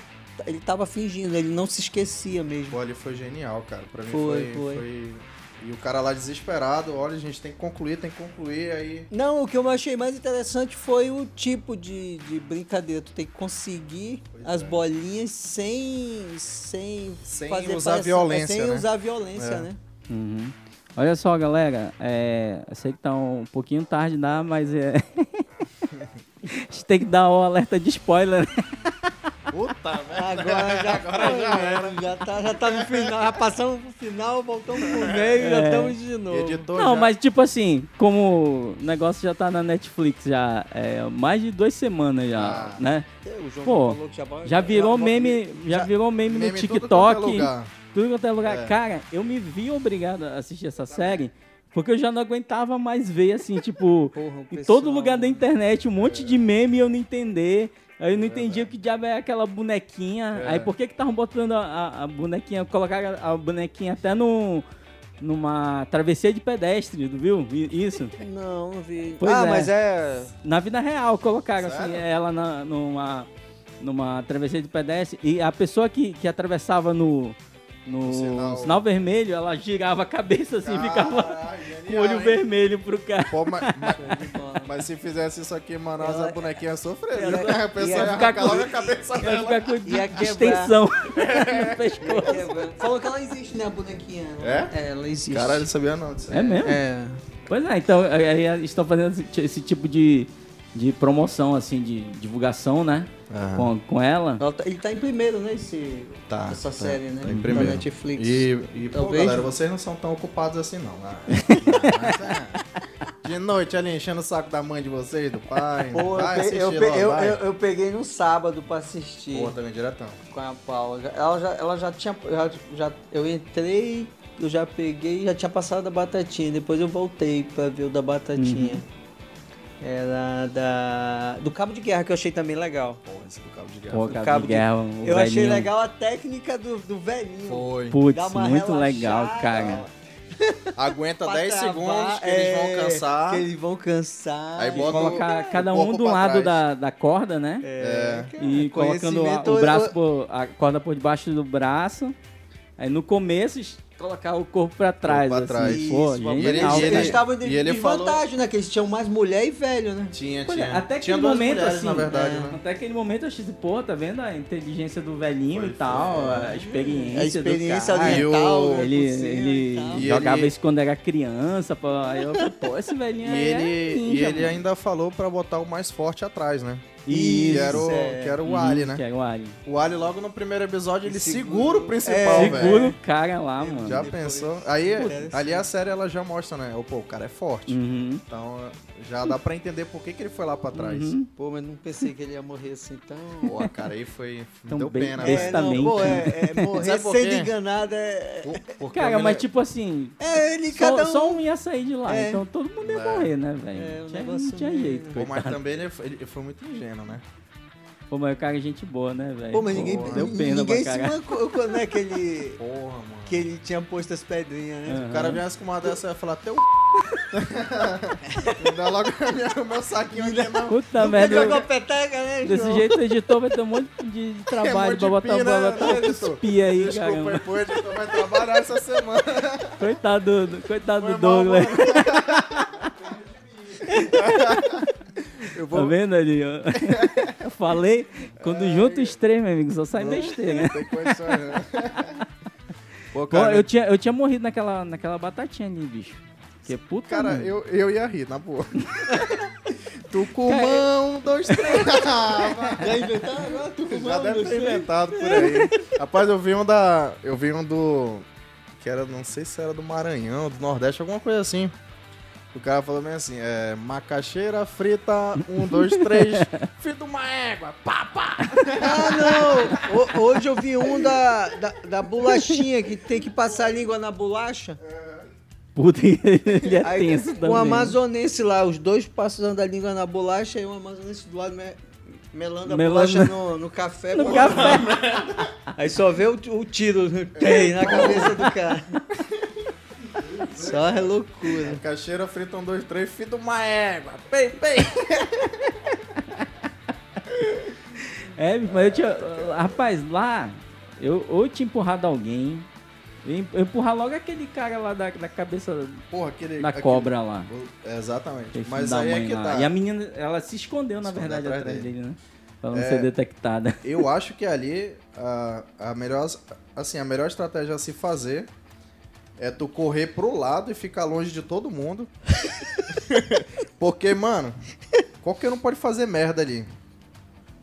[SPEAKER 4] Ele tava fingindo, ele não se esquecia mesmo.
[SPEAKER 3] Pô, ali foi genial, cara. Pra mim
[SPEAKER 4] Foi,
[SPEAKER 3] foi,
[SPEAKER 4] foi.
[SPEAKER 3] foi, E o cara lá desesperado, olha, gente, tem que concluir, tem que concluir, aí...
[SPEAKER 4] Não, o que eu achei mais interessante foi o tipo de, de brincadeira. Tu tem que conseguir
[SPEAKER 3] Pois
[SPEAKER 4] as
[SPEAKER 3] é.
[SPEAKER 4] bolinhas sem. Sem,
[SPEAKER 3] Sem
[SPEAKER 4] fazer
[SPEAKER 3] usar
[SPEAKER 4] parecer-
[SPEAKER 3] violência,
[SPEAKER 4] Sem
[SPEAKER 3] né?
[SPEAKER 4] usar violência,
[SPEAKER 3] É.
[SPEAKER 4] né?
[SPEAKER 1] Uhum. Olha só, galera. É, eu sei que tá um pouquinho tarde, dá, mas é. A gente tem que dar o alerta de spoiler. né?
[SPEAKER 3] Puta merda.
[SPEAKER 4] Agora já, foi, Já tá, já tá no final, já passamos pro final, voltamos pro meio
[SPEAKER 1] É.
[SPEAKER 4] e já estamos de novo.
[SPEAKER 3] Editor
[SPEAKER 1] Não,
[SPEAKER 3] já-
[SPEAKER 1] mas tipo assim, como o negócio já tá na Netflix já é, mais de duas semanas já,
[SPEAKER 3] Ah.
[SPEAKER 1] né?
[SPEAKER 4] O João
[SPEAKER 1] Pô,
[SPEAKER 4] falou que já, vai-
[SPEAKER 1] Já virou
[SPEAKER 4] vai-
[SPEAKER 1] meme, já, virou meme, no
[SPEAKER 3] meme em tudo
[SPEAKER 1] TikTok,
[SPEAKER 3] quanto é lugar.
[SPEAKER 1] tudo quanto é lugar.
[SPEAKER 3] É. Tá
[SPEAKER 1] Cara, eu me vi obrigado a assistir essa série, porque eu já não aguentava mais ver assim, tipo,
[SPEAKER 3] um
[SPEAKER 4] Porra, o
[SPEAKER 1] em todo
[SPEAKER 4] pessoal-
[SPEAKER 1] lugar da internet, um monte de meme e eu não entender. Aí eu não entendia o que diabo é aquela bonequinha.
[SPEAKER 3] É.
[SPEAKER 1] Aí por que que estavam botando a, a- a bonequinha, colocaram a bonequinha até no, numa travessia de pedestre, tu viu? I- Isso.
[SPEAKER 4] Não, não vi.
[SPEAKER 1] Pois
[SPEAKER 4] ah,
[SPEAKER 1] é.
[SPEAKER 4] mas é.
[SPEAKER 1] Na vida real, colocaram assim,
[SPEAKER 3] Sério?
[SPEAKER 1] ela na- numa, numa travessia de pedestre. E a pessoa que, que atravessava no, no
[SPEAKER 3] No
[SPEAKER 1] sinal...
[SPEAKER 3] sinal-
[SPEAKER 1] vermelho, ela girava a cabeça assim, ficava.
[SPEAKER 3] Caralho,
[SPEAKER 1] com o olho
[SPEAKER 3] Ah, Genial, hein?
[SPEAKER 1] vermelho pro cara.
[SPEAKER 3] Pô, mas, mas-
[SPEAKER 4] Show de bola.
[SPEAKER 3] mas se fizesse isso aqui em Manaus,
[SPEAKER 4] Ela-
[SPEAKER 3] a bonequinha ia sofrer.
[SPEAKER 4] Ela-
[SPEAKER 3] viu? A pessoa ia
[SPEAKER 4] ia
[SPEAKER 1] ficar
[SPEAKER 3] arrancar
[SPEAKER 1] com-
[SPEAKER 3] logo a cabeça
[SPEAKER 1] Vai
[SPEAKER 3] dela.
[SPEAKER 1] ficar com
[SPEAKER 4] Ia
[SPEAKER 1] de-
[SPEAKER 4] quebrar.
[SPEAKER 1] distensão no pescoço.
[SPEAKER 4] Quebra. Falou que ela existe, né, a bonequinha?
[SPEAKER 3] É?
[SPEAKER 4] É, ela existe.
[SPEAKER 3] Caralho, não sabia não disso.
[SPEAKER 1] É mesmo?
[SPEAKER 4] É.
[SPEAKER 1] Pois é, então aí aí estão fazendo esse ti- esse tipo de, de promoção, assim, de divulgação, né?
[SPEAKER 3] Aham.
[SPEAKER 1] Com, com ela.
[SPEAKER 4] Ela tá- ele tá em primeiro, né, esse,
[SPEAKER 3] Tá,
[SPEAKER 4] essa
[SPEAKER 3] tá,
[SPEAKER 4] série, né?
[SPEAKER 3] tá em
[SPEAKER 4] da
[SPEAKER 3] primeiro.
[SPEAKER 4] Netflix.
[SPEAKER 3] E, e pô,
[SPEAKER 4] Talvez.
[SPEAKER 3] galera, vocês não são tão ocupados assim, não. Ah, mas, é. De noite ali enchendo o saco da mãe de vocês, do pai.
[SPEAKER 4] Pô, eu,
[SPEAKER 3] vai
[SPEAKER 4] pe-
[SPEAKER 3] assistir
[SPEAKER 4] eu,
[SPEAKER 3] lá,
[SPEAKER 4] pe- eu,
[SPEAKER 3] vai.
[SPEAKER 4] eu, eu peguei no sábado pra assistir
[SPEAKER 3] Pô, tá também diretão.
[SPEAKER 4] com a Paula. Já- Ela já, ela já tinha. Já, já- eu entrei, eu já peguei, já tinha passado da batatinha. Depois eu voltei pra ver o da batatinha.
[SPEAKER 1] Uhum.
[SPEAKER 4] Era da. Do Cabo de Guerra, que eu achei também legal.
[SPEAKER 3] Pô, esse do cabo de guerra.
[SPEAKER 1] Pô,
[SPEAKER 4] do
[SPEAKER 1] cara,
[SPEAKER 4] cabo
[SPEAKER 1] de
[SPEAKER 4] de-
[SPEAKER 1] guerra. o
[SPEAKER 4] eu achei
[SPEAKER 1] velhinho.
[SPEAKER 4] legal a técnica do, do velhinho.
[SPEAKER 3] Foi.
[SPEAKER 1] Putz,
[SPEAKER 4] Dá uma
[SPEAKER 1] muito
[SPEAKER 4] relaxada,
[SPEAKER 1] legal, cara.
[SPEAKER 3] Aguenta
[SPEAKER 4] pra
[SPEAKER 3] 10
[SPEAKER 4] travar,
[SPEAKER 3] segundos que
[SPEAKER 4] é,
[SPEAKER 3] eles vão cansar.
[SPEAKER 4] Que eles vão cansar.
[SPEAKER 3] Aí bota
[SPEAKER 1] Colocar
[SPEAKER 3] o-
[SPEAKER 1] cada
[SPEAKER 3] o
[SPEAKER 1] um
[SPEAKER 3] corpo
[SPEAKER 1] do
[SPEAKER 3] pra
[SPEAKER 1] lado
[SPEAKER 3] trás.
[SPEAKER 1] da, da corda, né?
[SPEAKER 4] É, cara,
[SPEAKER 1] e colocando a-
[SPEAKER 4] conhecimento- é
[SPEAKER 1] o braço por, a corda por debaixo do braço. Aí no começo es- colocar o corpo pra trás.
[SPEAKER 3] pra
[SPEAKER 1] assim.
[SPEAKER 3] trás.
[SPEAKER 1] Pô,
[SPEAKER 4] Isso,
[SPEAKER 1] genial, né?
[SPEAKER 3] ele-
[SPEAKER 1] cara.
[SPEAKER 4] Eles
[SPEAKER 3] ele-
[SPEAKER 4] estavam em
[SPEAKER 3] e ele
[SPEAKER 4] desvantagem, né? Que eles tinham mais mulher e velho, né?
[SPEAKER 3] Tinha,
[SPEAKER 1] Pois é,
[SPEAKER 3] tinha.
[SPEAKER 1] até
[SPEAKER 3] tinha
[SPEAKER 1] aquele
[SPEAKER 3] duas
[SPEAKER 1] momento,
[SPEAKER 3] mulheres,
[SPEAKER 1] assim,
[SPEAKER 3] na verdade,
[SPEAKER 1] é,
[SPEAKER 3] né?
[SPEAKER 1] Até aquele momento eu achei, assim, pô, tá vendo a inteligência do velhinho
[SPEAKER 3] Foi,
[SPEAKER 1] e tal, a experiência,
[SPEAKER 4] A
[SPEAKER 1] do
[SPEAKER 4] experiência
[SPEAKER 1] cara. Ah,
[SPEAKER 3] ali.
[SPEAKER 4] oriental,
[SPEAKER 3] E o-
[SPEAKER 4] né,
[SPEAKER 1] Ele,
[SPEAKER 4] por cima e
[SPEAKER 1] ele
[SPEAKER 4] tal.
[SPEAKER 3] E
[SPEAKER 1] jogava
[SPEAKER 3] ele-
[SPEAKER 1] isso quando era criança, pô. Aí eu falei, pô, esse
[SPEAKER 3] E
[SPEAKER 1] velhinho aí é
[SPEAKER 3] ele, e
[SPEAKER 1] ninja,
[SPEAKER 3] ele
[SPEAKER 1] mano.
[SPEAKER 3] ainda falou pra botar o mais forte atrás, né?
[SPEAKER 1] Isso,
[SPEAKER 3] Que era o,
[SPEAKER 4] é.
[SPEAKER 3] que era o
[SPEAKER 1] Uhum,
[SPEAKER 3] Ali, né?
[SPEAKER 1] Que era o Ali.
[SPEAKER 3] O Ali, logo no primeiro episódio, ele
[SPEAKER 4] segura-
[SPEAKER 3] segura o principal,
[SPEAKER 4] É,
[SPEAKER 3] velho.
[SPEAKER 1] Segura o cara lá,
[SPEAKER 4] Ele
[SPEAKER 1] mano.
[SPEAKER 3] Já
[SPEAKER 4] Depois-
[SPEAKER 3] pensou? Aí,
[SPEAKER 4] Putz.
[SPEAKER 3] ali a série ela já mostra, né? Ô, Pô, o cara é forte.
[SPEAKER 1] Uhum.
[SPEAKER 3] Então já dá pra entender por que, que ele foi lá pra trás.
[SPEAKER 1] Uhum.
[SPEAKER 4] Pô, mas não pensei que ele ia morrer assim tão...
[SPEAKER 3] Pô, cara, aí foi. me
[SPEAKER 1] Tão
[SPEAKER 3] deu
[SPEAKER 1] bem-
[SPEAKER 3] pena,
[SPEAKER 1] bem-
[SPEAKER 3] velho.
[SPEAKER 1] Justamente.
[SPEAKER 4] pô, é, é morrer
[SPEAKER 3] Sabe por
[SPEAKER 4] sendo
[SPEAKER 3] quê?
[SPEAKER 4] enganado é...
[SPEAKER 3] Por- porque eu
[SPEAKER 1] Cara,
[SPEAKER 3] me
[SPEAKER 1] mas
[SPEAKER 3] le-
[SPEAKER 1] tipo assim,
[SPEAKER 4] É, ele,
[SPEAKER 1] só,
[SPEAKER 4] cada um...
[SPEAKER 1] só um ia sair de lá,
[SPEAKER 4] É.
[SPEAKER 1] então todo mundo ia
[SPEAKER 3] É.
[SPEAKER 1] morrer, né, velho?
[SPEAKER 4] É, o
[SPEAKER 1] Tinha- não
[SPEAKER 4] negócio
[SPEAKER 1] tinha
[SPEAKER 4] meio-
[SPEAKER 1] jeito,
[SPEAKER 3] Pô, mas
[SPEAKER 1] coitado.
[SPEAKER 3] também ele, foi- ele foi muito ingênuo, né?
[SPEAKER 1] Pô, mas o cara é gente boa, né, velho?
[SPEAKER 4] Pô, mas ninguém,
[SPEAKER 1] deu pena
[SPEAKER 4] ninguém
[SPEAKER 1] pra
[SPEAKER 4] se
[SPEAKER 1] caralho.
[SPEAKER 4] mancou quando é que ele,
[SPEAKER 3] Porra, mano.
[SPEAKER 4] que ele tinha posto as pedrinhas, né?
[SPEAKER 3] O cara viesse com uma dessa e ia falar, teu. Me dá logo a minha- o meu saquinho aqui, não.
[SPEAKER 1] Puta
[SPEAKER 4] Ele jogou a
[SPEAKER 1] merda.
[SPEAKER 4] peteca, né,
[SPEAKER 1] Ah, Desse
[SPEAKER 4] João?
[SPEAKER 1] jeito o editor vai ter um monte de de
[SPEAKER 3] É um monte
[SPEAKER 1] trabalho
[SPEAKER 3] de
[SPEAKER 1] pra botar
[SPEAKER 3] pina,
[SPEAKER 1] pra botar
[SPEAKER 3] né, editor?
[SPEAKER 1] pia aí,
[SPEAKER 3] Desculpa,
[SPEAKER 1] caramba.
[SPEAKER 3] aí, pô, a gente vai trabalhar essa semana.
[SPEAKER 1] Tá Coitado do, coitado
[SPEAKER 3] Foi
[SPEAKER 1] do
[SPEAKER 3] mal,
[SPEAKER 1] Douglas.
[SPEAKER 3] Eu
[SPEAKER 1] Tá
[SPEAKER 3] vou.
[SPEAKER 1] vendo ali? ó? Eu falei, quando junta os três, meu amigo, só sai besteira. né?
[SPEAKER 3] Tem condições, né? Pô,
[SPEAKER 1] Pô, eu tinha, eu tinha morrido naquela, naquela batatinha ali, bicho. Que é puta,
[SPEAKER 3] Cara,
[SPEAKER 1] mano.
[SPEAKER 3] eu, eu ia rir, na boa. Tucumã, um, dois, três. Ah, vai.
[SPEAKER 4] Já inventaram Ah, agora? Tu fumando,
[SPEAKER 3] Já deve
[SPEAKER 4] você?
[SPEAKER 3] ter inventado por aí. Rapaz, eu vi um da. Eu vi um do. Que era, não sei se era do Maranhão, do Nordeste, alguma coisa assim. O cara falou bem assim: é. Macaxeira frita, um, dois, três. Frita uma égua, pá, pá.
[SPEAKER 4] Ah, não! O- hoje eu vi um da, da, da bolachinha, que tem que passar a língua na bolacha.
[SPEAKER 1] Puta, ele é
[SPEAKER 4] Aí,
[SPEAKER 1] tenso também.
[SPEAKER 4] um amazonense lá, os dois passando a língua na bolacha e um amazonense do lado me- melando a
[SPEAKER 1] Melando.
[SPEAKER 4] bolacha no, no café.
[SPEAKER 1] No
[SPEAKER 4] pô.
[SPEAKER 1] café.
[SPEAKER 4] Aí só vê o, o tiro tem na cabeça do cara. Só é loucura.
[SPEAKER 3] Macaxeira frita, um, dois, três. Frita uma égua, pei, pei.
[SPEAKER 1] É, bicho, mas eu tinha... Rapaz, lá, eu ou eu tinha empurrado alguém, eu em- eu empurrar logo aquele cara lá da, da cabeça
[SPEAKER 3] Porra, aquele.
[SPEAKER 1] da
[SPEAKER 3] aquele-
[SPEAKER 1] cobra lá.
[SPEAKER 3] Exatamente.
[SPEAKER 1] aquele filho
[SPEAKER 3] Mas
[SPEAKER 1] da
[SPEAKER 3] aí é
[SPEAKER 1] mãe
[SPEAKER 3] que
[SPEAKER 1] lá.
[SPEAKER 3] tá.
[SPEAKER 1] E a menina, ela se escondeu, na
[SPEAKER 3] Escondeu
[SPEAKER 1] verdade,
[SPEAKER 3] atrás
[SPEAKER 1] atrás,
[SPEAKER 3] dele.
[SPEAKER 1] dele. né? Pra não
[SPEAKER 3] É.
[SPEAKER 1] ser detectada.
[SPEAKER 3] Eu acho que ali a, a melhor assim, a melhor estratégia a se fazer é tu correr pro lado e ficar longe de todo mundo. Porque, mano, qualquer um pode fazer merda ali.
[SPEAKER 1] O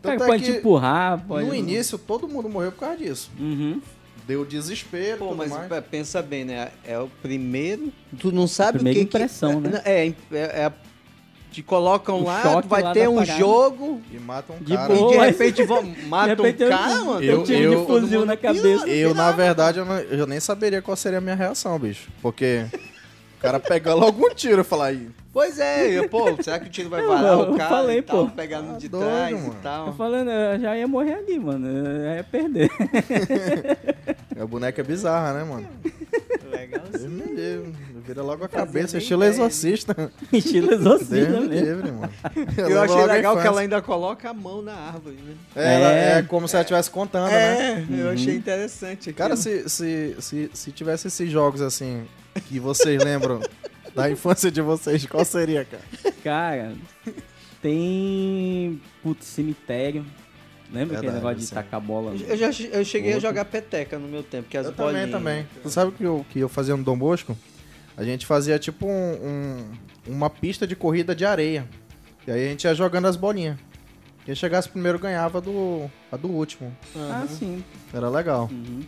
[SPEAKER 3] Tanto
[SPEAKER 1] cara
[SPEAKER 3] é
[SPEAKER 1] pode
[SPEAKER 3] que
[SPEAKER 1] te empurrar, pode... né?
[SPEAKER 3] no início todo mundo morreu por causa disso.
[SPEAKER 1] Uhum.
[SPEAKER 3] Deu desespero,
[SPEAKER 4] Pô,
[SPEAKER 3] tudo
[SPEAKER 4] mas
[SPEAKER 3] mais.
[SPEAKER 4] pé, pensa bem, né? É o primeiro. Tu não sabe
[SPEAKER 1] Primeira
[SPEAKER 4] o que. que-
[SPEAKER 1] impressão, né?
[SPEAKER 4] É, é- é- te colocam
[SPEAKER 1] O
[SPEAKER 4] lá,
[SPEAKER 1] choque
[SPEAKER 4] tu vai
[SPEAKER 1] lá
[SPEAKER 4] ter
[SPEAKER 1] da
[SPEAKER 4] um
[SPEAKER 1] parada.
[SPEAKER 4] jogo
[SPEAKER 3] E mata um
[SPEAKER 1] De
[SPEAKER 3] cara.
[SPEAKER 1] boa.
[SPEAKER 4] e de
[SPEAKER 1] Pô,
[SPEAKER 4] repente vão, matam
[SPEAKER 1] repente
[SPEAKER 4] um
[SPEAKER 1] eu-
[SPEAKER 4] cara, mano.
[SPEAKER 1] Eu,
[SPEAKER 3] Eu-
[SPEAKER 1] tive
[SPEAKER 3] eu-
[SPEAKER 1] de fuzil na cabeça.
[SPEAKER 3] Eu, na verdade, eu, não- eu nem saberia qual seria a minha reação, bicho. Porque o cara pega logo um tiro e fala aí.
[SPEAKER 4] Pois é, eu, pô, será que o tiro vai
[SPEAKER 1] Eu-
[SPEAKER 4] varar
[SPEAKER 1] eu
[SPEAKER 4] o cara
[SPEAKER 1] falei,
[SPEAKER 4] e tal,
[SPEAKER 1] pô.
[SPEAKER 4] pegar no de
[SPEAKER 3] Tá doido,
[SPEAKER 4] trás
[SPEAKER 3] mano.
[SPEAKER 4] e
[SPEAKER 1] Eu
[SPEAKER 4] tal?
[SPEAKER 1] falando, eu já ia morrer ali, mano. Eu ia perder.
[SPEAKER 3] A boneca é bizarra, né, mano?
[SPEAKER 4] Legal
[SPEAKER 3] Deus me livre. Vira logo a
[SPEAKER 4] Fazia
[SPEAKER 3] cabeça,
[SPEAKER 4] nem
[SPEAKER 3] estilo
[SPEAKER 4] ideia.
[SPEAKER 3] exorcista.
[SPEAKER 1] Estilo
[SPEAKER 3] Deus
[SPEAKER 1] exorcista né?
[SPEAKER 3] me
[SPEAKER 1] mesmo.
[SPEAKER 3] livre, mano.
[SPEAKER 4] né? Eu
[SPEAKER 3] lembro
[SPEAKER 4] achei
[SPEAKER 3] logo a
[SPEAKER 4] legal que
[SPEAKER 3] infância.
[SPEAKER 4] ela ainda coloca a mão na árvore, né?
[SPEAKER 3] É, ela-
[SPEAKER 1] É.
[SPEAKER 3] é como se ela estivesse contando, né?
[SPEAKER 4] É, eu achei interessante.
[SPEAKER 3] Cara,
[SPEAKER 4] aquilo.
[SPEAKER 3] se, se, se, se tivesse esses jogos assim, que vocês lembram, da infância de vocês, qual seria, cara?
[SPEAKER 1] Cara, tem. Putz, cemitério. Lembra aquele
[SPEAKER 3] Verdade,
[SPEAKER 1] negócio de
[SPEAKER 3] sim.
[SPEAKER 1] tacar bola? no-
[SPEAKER 4] Eu, já, eu cheguei
[SPEAKER 1] Outro.
[SPEAKER 4] a jogar peteca no meu tempo, que é as
[SPEAKER 3] Eu
[SPEAKER 4] bolinhas.
[SPEAKER 3] também, também. Tu sabe o que eu, que eu fazia no Dom Bosco? A gente fazia tipo um, um- uma pista de corrida de areia. E aí a gente ia jogando as bolinhas. Quem chegasse primeiro ganhava do, a do último.
[SPEAKER 1] Ah,
[SPEAKER 3] Uhum.
[SPEAKER 1] sim.
[SPEAKER 3] Era legal.
[SPEAKER 1] Uhum.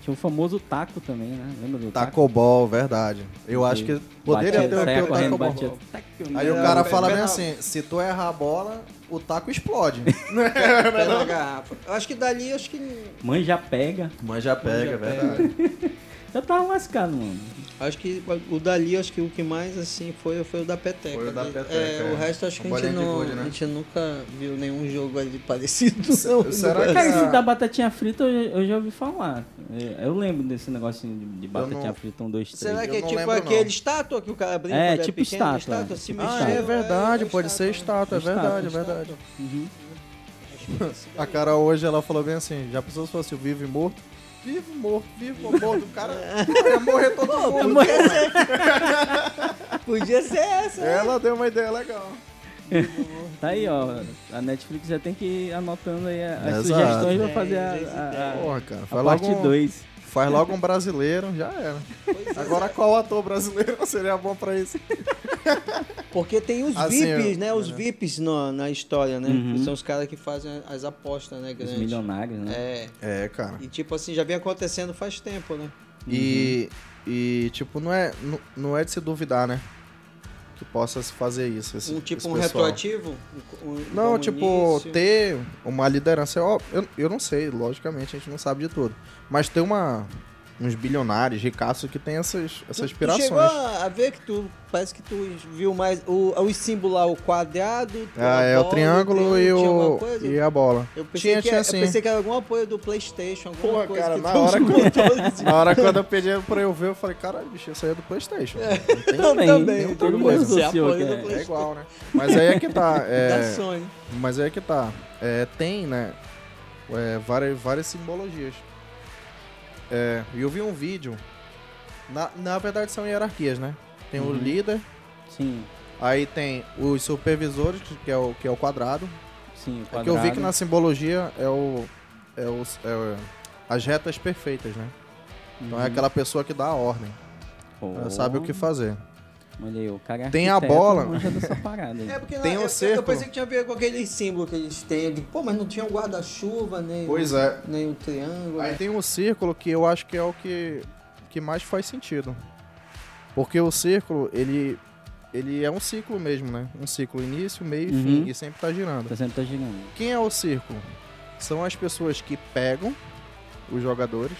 [SPEAKER 1] Tinha o famoso taco também, né? Lembra do taco?
[SPEAKER 3] Tacobol, verdade. Eu acho que poderia
[SPEAKER 1] Batia-
[SPEAKER 3] ter o
[SPEAKER 1] saia
[SPEAKER 3] teu
[SPEAKER 1] correndo,
[SPEAKER 3] tacobol.
[SPEAKER 1] batia. Tac,
[SPEAKER 3] Aí o
[SPEAKER 4] Não,
[SPEAKER 3] cara
[SPEAKER 4] pe-
[SPEAKER 3] fala bem
[SPEAKER 4] pega-
[SPEAKER 3] assim, se tu errar a bola, o taco explode.
[SPEAKER 4] Pela garrafa. Eu acho que dali, eu acho que.
[SPEAKER 1] Mãe já pega.
[SPEAKER 3] Mas já pega, é
[SPEAKER 4] Manja pega.
[SPEAKER 3] verdade.
[SPEAKER 1] Eu tava lascado, mano.
[SPEAKER 4] Acho que o dali, acho que o que mais assim foi, foi o da peteca.
[SPEAKER 3] Foi o da
[SPEAKER 4] É,
[SPEAKER 3] peteca,
[SPEAKER 4] o resto acho
[SPEAKER 3] A
[SPEAKER 4] que a gente,
[SPEAKER 3] bolinha de
[SPEAKER 4] não,
[SPEAKER 3] gude, né?
[SPEAKER 4] a gente nunca viu nenhum jogo ali parecido. Não. né?
[SPEAKER 3] Será que é?
[SPEAKER 1] Cara, isso
[SPEAKER 3] essa-
[SPEAKER 1] da batatinha frita eu, eu já ouvi falar. Eu, eu lembro desse negócio de, de batatinha
[SPEAKER 3] não-
[SPEAKER 1] frita, um, dois, três.
[SPEAKER 4] Será que
[SPEAKER 3] Eu
[SPEAKER 4] é
[SPEAKER 3] não
[SPEAKER 4] tipo
[SPEAKER 3] lembro, não.
[SPEAKER 4] aquele estátua que o cara brinca?
[SPEAKER 1] É,
[SPEAKER 4] quando
[SPEAKER 1] tipo
[SPEAKER 4] pequeno,
[SPEAKER 1] estátua.
[SPEAKER 4] estátua assim, se
[SPEAKER 1] Tipo
[SPEAKER 4] mexer?
[SPEAKER 3] Ah, é verdade, pode ser estátua, é
[SPEAKER 1] Estátua,
[SPEAKER 3] verdade, é
[SPEAKER 1] estátua.
[SPEAKER 3] verdade.
[SPEAKER 1] Uhum.
[SPEAKER 3] A cara hoje ela falou bem assim: já pensou se fosse o vivo e morto? Vivo, morto, vivo, morto. O cara Pô, ia morrer todo mundo.
[SPEAKER 4] Podia ser essa.
[SPEAKER 3] Ela deu uma ideia legal.
[SPEAKER 1] Tá aí, ó. A Netflix já tem que ir anotando aí a- as
[SPEAKER 3] Exato.
[SPEAKER 1] sugestões pra
[SPEAKER 4] Tem,
[SPEAKER 1] fazer a,
[SPEAKER 4] tem
[SPEAKER 1] a- a-
[SPEAKER 3] Porra, cara.
[SPEAKER 1] a
[SPEAKER 3] Faz logo,
[SPEAKER 1] parte
[SPEAKER 3] um, é.
[SPEAKER 1] 2.
[SPEAKER 3] faz logo um brasileiro, já era. Agora qual ator brasileiro seria bom pra isso?
[SPEAKER 4] Porque tem os
[SPEAKER 3] Assim,
[SPEAKER 4] VIPs,
[SPEAKER 3] eu-
[SPEAKER 4] né? Os VIPs no- na história, né?
[SPEAKER 1] Uhum.
[SPEAKER 4] Que são os caras que fazem as apostas, né?
[SPEAKER 1] Os
[SPEAKER 4] Grandes.
[SPEAKER 1] milionários, né?
[SPEAKER 4] É.
[SPEAKER 3] É, cara.
[SPEAKER 4] E tipo assim, já vem acontecendo faz tempo, né?
[SPEAKER 3] E, e tipo, não é, não, não é de se duvidar, né? Que possa se fazer isso. Esse,
[SPEAKER 4] Um tipo
[SPEAKER 3] esse
[SPEAKER 4] um
[SPEAKER 3] pessoal.
[SPEAKER 4] retroativo? um- um-
[SPEAKER 3] Não,
[SPEAKER 4] um
[SPEAKER 3] tipo,
[SPEAKER 4] início.
[SPEAKER 3] ter uma liderança. Ó, eu, eu não sei, logicamente a gente não sabe de tudo. Mas tem uma, uns bilionários, ricaços que tem essas, essas
[SPEAKER 4] Tu chegou
[SPEAKER 3] aspirações.
[SPEAKER 4] a a ver que tu parece que tu viu mais o, os símbolos lá, o quadrado,
[SPEAKER 3] Ah, é o triângulo e,
[SPEAKER 4] tinha alguma
[SPEAKER 3] o,
[SPEAKER 4] coisa?
[SPEAKER 3] e a bola.
[SPEAKER 4] Eu pensei,
[SPEAKER 3] tinha,
[SPEAKER 4] que
[SPEAKER 3] tinha
[SPEAKER 4] era,
[SPEAKER 3] sim.
[SPEAKER 4] eu pensei que era algum apoio do Playstation, alguma
[SPEAKER 3] Porra,
[SPEAKER 4] coisa
[SPEAKER 3] cara,
[SPEAKER 4] que
[SPEAKER 3] na
[SPEAKER 4] tu
[SPEAKER 3] hora que-
[SPEAKER 4] controles.
[SPEAKER 3] Na hora quando eu pedi pra eu ver, eu falei, caralho, bicho, isso aí é do Playstation. Não tem-
[SPEAKER 1] Também,
[SPEAKER 4] também,
[SPEAKER 1] todo
[SPEAKER 4] todo
[SPEAKER 3] mundo
[SPEAKER 4] mundo se
[SPEAKER 1] associou
[SPEAKER 4] apoia
[SPEAKER 1] que
[SPEAKER 4] do
[SPEAKER 1] é-
[SPEAKER 3] É
[SPEAKER 4] Playstation.
[SPEAKER 3] igual, né? Mas aí é que tá.
[SPEAKER 4] Da
[SPEAKER 3] É,
[SPEAKER 4] Sony.
[SPEAKER 3] mas aí é que tá. É, tem, né? é, várias, várias simbologias. É, eu vi um vídeo. Na, na verdade são hierarquias, né? Tem o
[SPEAKER 1] Uhum.
[SPEAKER 3] líder,
[SPEAKER 1] Sim,
[SPEAKER 3] Aí tem os supervisores, que que é o, que é o quadrado.
[SPEAKER 1] sim. o
[SPEAKER 3] É que eu vi que
[SPEAKER 1] quadrado.
[SPEAKER 3] na simbologia é o. É os. é o- as retas perfeitas, né? Então é
[SPEAKER 1] Uhum. Oh.
[SPEAKER 3] aquela pessoa que dá a ordem. Ela
[SPEAKER 1] Pô,
[SPEAKER 3] sabe o que fazer.
[SPEAKER 1] Uhum. Olha aí, o cara é
[SPEAKER 3] Tem a
[SPEAKER 1] arquiteto,
[SPEAKER 3] bola. né?
[SPEAKER 1] manja dessa parada aí.
[SPEAKER 4] É porque
[SPEAKER 3] Tem um
[SPEAKER 4] na- eu- eu, eu
[SPEAKER 3] círculo.
[SPEAKER 4] pensei que tinha a ver com aquele símbolo que eles têm. de, Pô, mas não tinha um guarda-chuva, nem,
[SPEAKER 3] é.
[SPEAKER 4] nem um triângulo.
[SPEAKER 3] Aí tem um círculo que eu acho que é o que, que mais faz sentido. Porque o círculo, ele. Ele é um ciclo mesmo, né? Um ciclo início, meio e
[SPEAKER 1] Uhum.
[SPEAKER 3] fim. E sempre tá girando.
[SPEAKER 1] Tá sempre tá girando.
[SPEAKER 3] Quem é o círculo? São as pessoas que pegam os jogadores.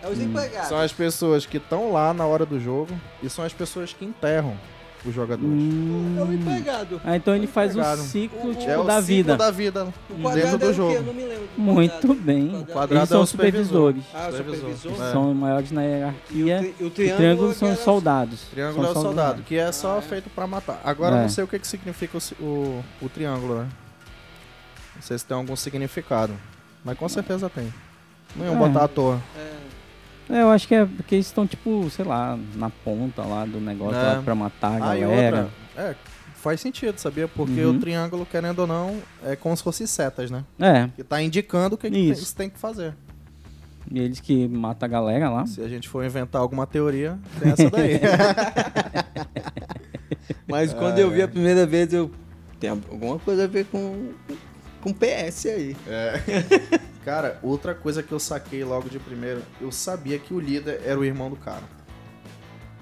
[SPEAKER 4] É os empregados.
[SPEAKER 3] São as pessoas que estão lá na hora do jogo e são as pessoas que enterram os jogadores.
[SPEAKER 4] É o
[SPEAKER 1] Hum.
[SPEAKER 4] empregado.
[SPEAKER 1] Ah, então ele faz o
[SPEAKER 3] Pegaram.
[SPEAKER 1] ciclo
[SPEAKER 4] O-
[SPEAKER 1] tipo,
[SPEAKER 3] é o
[SPEAKER 1] da
[SPEAKER 3] ciclo
[SPEAKER 1] vida.
[SPEAKER 3] da vida.
[SPEAKER 4] O quadrado
[SPEAKER 3] do
[SPEAKER 4] é o
[SPEAKER 3] jogo.
[SPEAKER 4] quê? Eu não me lembro. do
[SPEAKER 1] Muito
[SPEAKER 4] quadrado.
[SPEAKER 1] bem.
[SPEAKER 4] O quadrado-
[SPEAKER 3] quadrado
[SPEAKER 1] Eles
[SPEAKER 3] é
[SPEAKER 1] são
[SPEAKER 3] o supervisor.
[SPEAKER 1] supervisores.
[SPEAKER 4] Ah, o
[SPEAKER 3] Supervisor.
[SPEAKER 4] supervisor.
[SPEAKER 3] É.
[SPEAKER 1] São maiores na hierarquia.
[SPEAKER 4] E o
[SPEAKER 1] O triângulo são é. os
[SPEAKER 4] era-
[SPEAKER 1] soldados.
[SPEAKER 3] Triângulo
[SPEAKER 1] São
[SPEAKER 3] é o soldado,
[SPEAKER 1] soldados.
[SPEAKER 3] que é só
[SPEAKER 4] Ah, é.
[SPEAKER 3] feito pra matar. Agora
[SPEAKER 1] É.
[SPEAKER 3] eu não sei o que, que significa o, ci- o, o triângulo, né? Não sei se tem algum significado. Mas com certeza tem. Não iam
[SPEAKER 1] É.
[SPEAKER 3] botar à toa.
[SPEAKER 4] É.
[SPEAKER 1] É, eu acho que é porque eles estão, tipo, sei lá, na ponta lá do negócio
[SPEAKER 3] É.
[SPEAKER 1] lá pra matar a
[SPEAKER 3] Ah, e
[SPEAKER 1] galera.
[SPEAKER 3] outra. É, faz sentido, sabia? Porque
[SPEAKER 1] Uhum.
[SPEAKER 3] o triângulo, querendo ou não, é como se fosse setas, né?
[SPEAKER 1] É,
[SPEAKER 3] Que tá indicando o que, que tem-
[SPEAKER 1] Isso.
[SPEAKER 3] você tem que fazer.
[SPEAKER 1] e eles que matam a galera lá.
[SPEAKER 3] Se a gente for inventar alguma teoria, tem essa daí.
[SPEAKER 4] Mas
[SPEAKER 1] Ah,
[SPEAKER 4] quando eu vi
[SPEAKER 1] é.
[SPEAKER 4] a primeira vez, eu. Tem alguma coisa a ver com. Com PS aí.
[SPEAKER 3] Cara, outra coisa que eu saquei logo de primeira, eu sabia que o líder era o irmão do cara.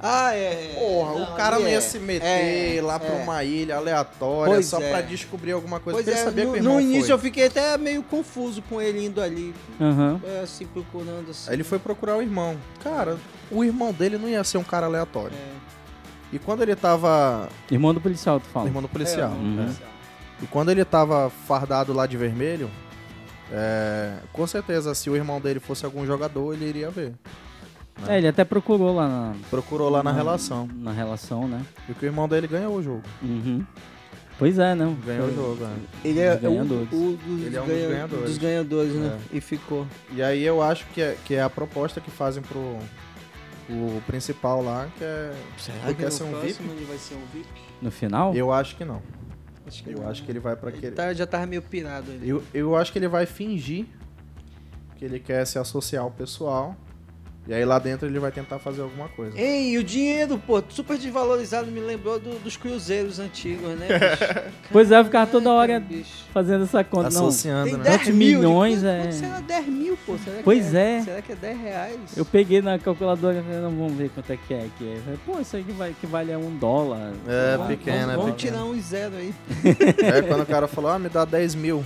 [SPEAKER 4] Ah, é.
[SPEAKER 3] Porra,
[SPEAKER 4] Não,
[SPEAKER 3] o cara não
[SPEAKER 4] ali
[SPEAKER 3] ia
[SPEAKER 4] é.
[SPEAKER 3] se meter
[SPEAKER 4] É,
[SPEAKER 3] lá pra
[SPEAKER 4] é.
[SPEAKER 3] uma ilha aleatória
[SPEAKER 4] Pois
[SPEAKER 3] só
[SPEAKER 4] é.
[SPEAKER 3] pra descobrir alguma coisa.
[SPEAKER 4] Pois
[SPEAKER 3] porque ele
[SPEAKER 4] é,
[SPEAKER 3] sabia
[SPEAKER 4] no,
[SPEAKER 3] que o
[SPEAKER 4] no
[SPEAKER 3] irmão
[SPEAKER 4] início
[SPEAKER 3] foi.
[SPEAKER 4] eu fiquei até meio confuso com ele indo ali,
[SPEAKER 1] Aham.
[SPEAKER 4] é, assim, procurando assim.
[SPEAKER 3] Aí ele foi procurar o irmão. Cara, o irmão dele não ia ser um cara aleatório.
[SPEAKER 4] É,
[SPEAKER 3] E quando ele tava.
[SPEAKER 1] Irmão do policial, tu fala.
[SPEAKER 3] Irmão do policial.
[SPEAKER 4] é,
[SPEAKER 1] Uhum.
[SPEAKER 4] policial.
[SPEAKER 3] E quando ele tava fardado lá de vermelho, é, com certeza, se o irmão dele fosse algum jogador, ele iria ver.
[SPEAKER 1] É, ele até procurou lá na,
[SPEAKER 3] Procurou lá na
[SPEAKER 1] Não.
[SPEAKER 3] relação.
[SPEAKER 1] na relação, né?
[SPEAKER 3] Uhum. E que o irmão dele ganhou o jogo.
[SPEAKER 1] Uhum. Pois é, não.
[SPEAKER 3] Ganhou o jogo, né?
[SPEAKER 4] Ele é,
[SPEAKER 1] Dos ganhadores.
[SPEAKER 4] o- o dos
[SPEAKER 3] Ele é um dos
[SPEAKER 4] ganha-
[SPEAKER 3] ganhadores.
[SPEAKER 4] dos ganhadores, né? E ficou.
[SPEAKER 3] é E aí eu acho que é, que é a proposta que fazem pro, o principal lá, que é.
[SPEAKER 4] Será
[SPEAKER 3] Porque
[SPEAKER 4] que
[SPEAKER 3] essa é
[SPEAKER 4] no
[SPEAKER 3] um
[SPEAKER 4] próximo ele vai ser um VIP?
[SPEAKER 1] No final?
[SPEAKER 3] Eu acho que não.
[SPEAKER 4] Acho
[SPEAKER 3] Eu
[SPEAKER 4] não.
[SPEAKER 3] acho que ele vai pra
[SPEAKER 4] Ele
[SPEAKER 3] aquele.
[SPEAKER 4] tá- já tava meio pirado ele.
[SPEAKER 3] Eu, eu acho que ele vai fingir que ele quer se associar ao pessoal. E aí lá dentro ele vai tentar fazer alguma coisa.
[SPEAKER 4] Ei, e o dinheiro, pô, super desvalorizado, me lembrou do- dos cruzeiros antigos, né? bicho?
[SPEAKER 1] Pois é, eu ficava toda hora-
[SPEAKER 4] bicho.
[SPEAKER 1] Fazendo essa conta. Não,
[SPEAKER 3] Associando,
[SPEAKER 4] Tem
[SPEAKER 3] né?
[SPEAKER 4] 10 mil,
[SPEAKER 1] milhões,
[SPEAKER 4] de...
[SPEAKER 1] é.
[SPEAKER 4] quanto será 10 mil, pô? Será que
[SPEAKER 1] Pois é.
[SPEAKER 4] Será que é 10 reais?
[SPEAKER 1] eu peguei na calculadora, falei, não, vamos ver quanto é que é. Que é. Eu falei, Pô, isso aí que, vai, que vale é um dólar.
[SPEAKER 3] É,
[SPEAKER 1] Vamos-
[SPEAKER 3] pequeno, é
[SPEAKER 1] vamos-
[SPEAKER 4] Vamos
[SPEAKER 1] vamos-
[SPEAKER 4] tirar um zero aí.
[SPEAKER 3] Aí quando o cara falou, ah, me dá 10 mil.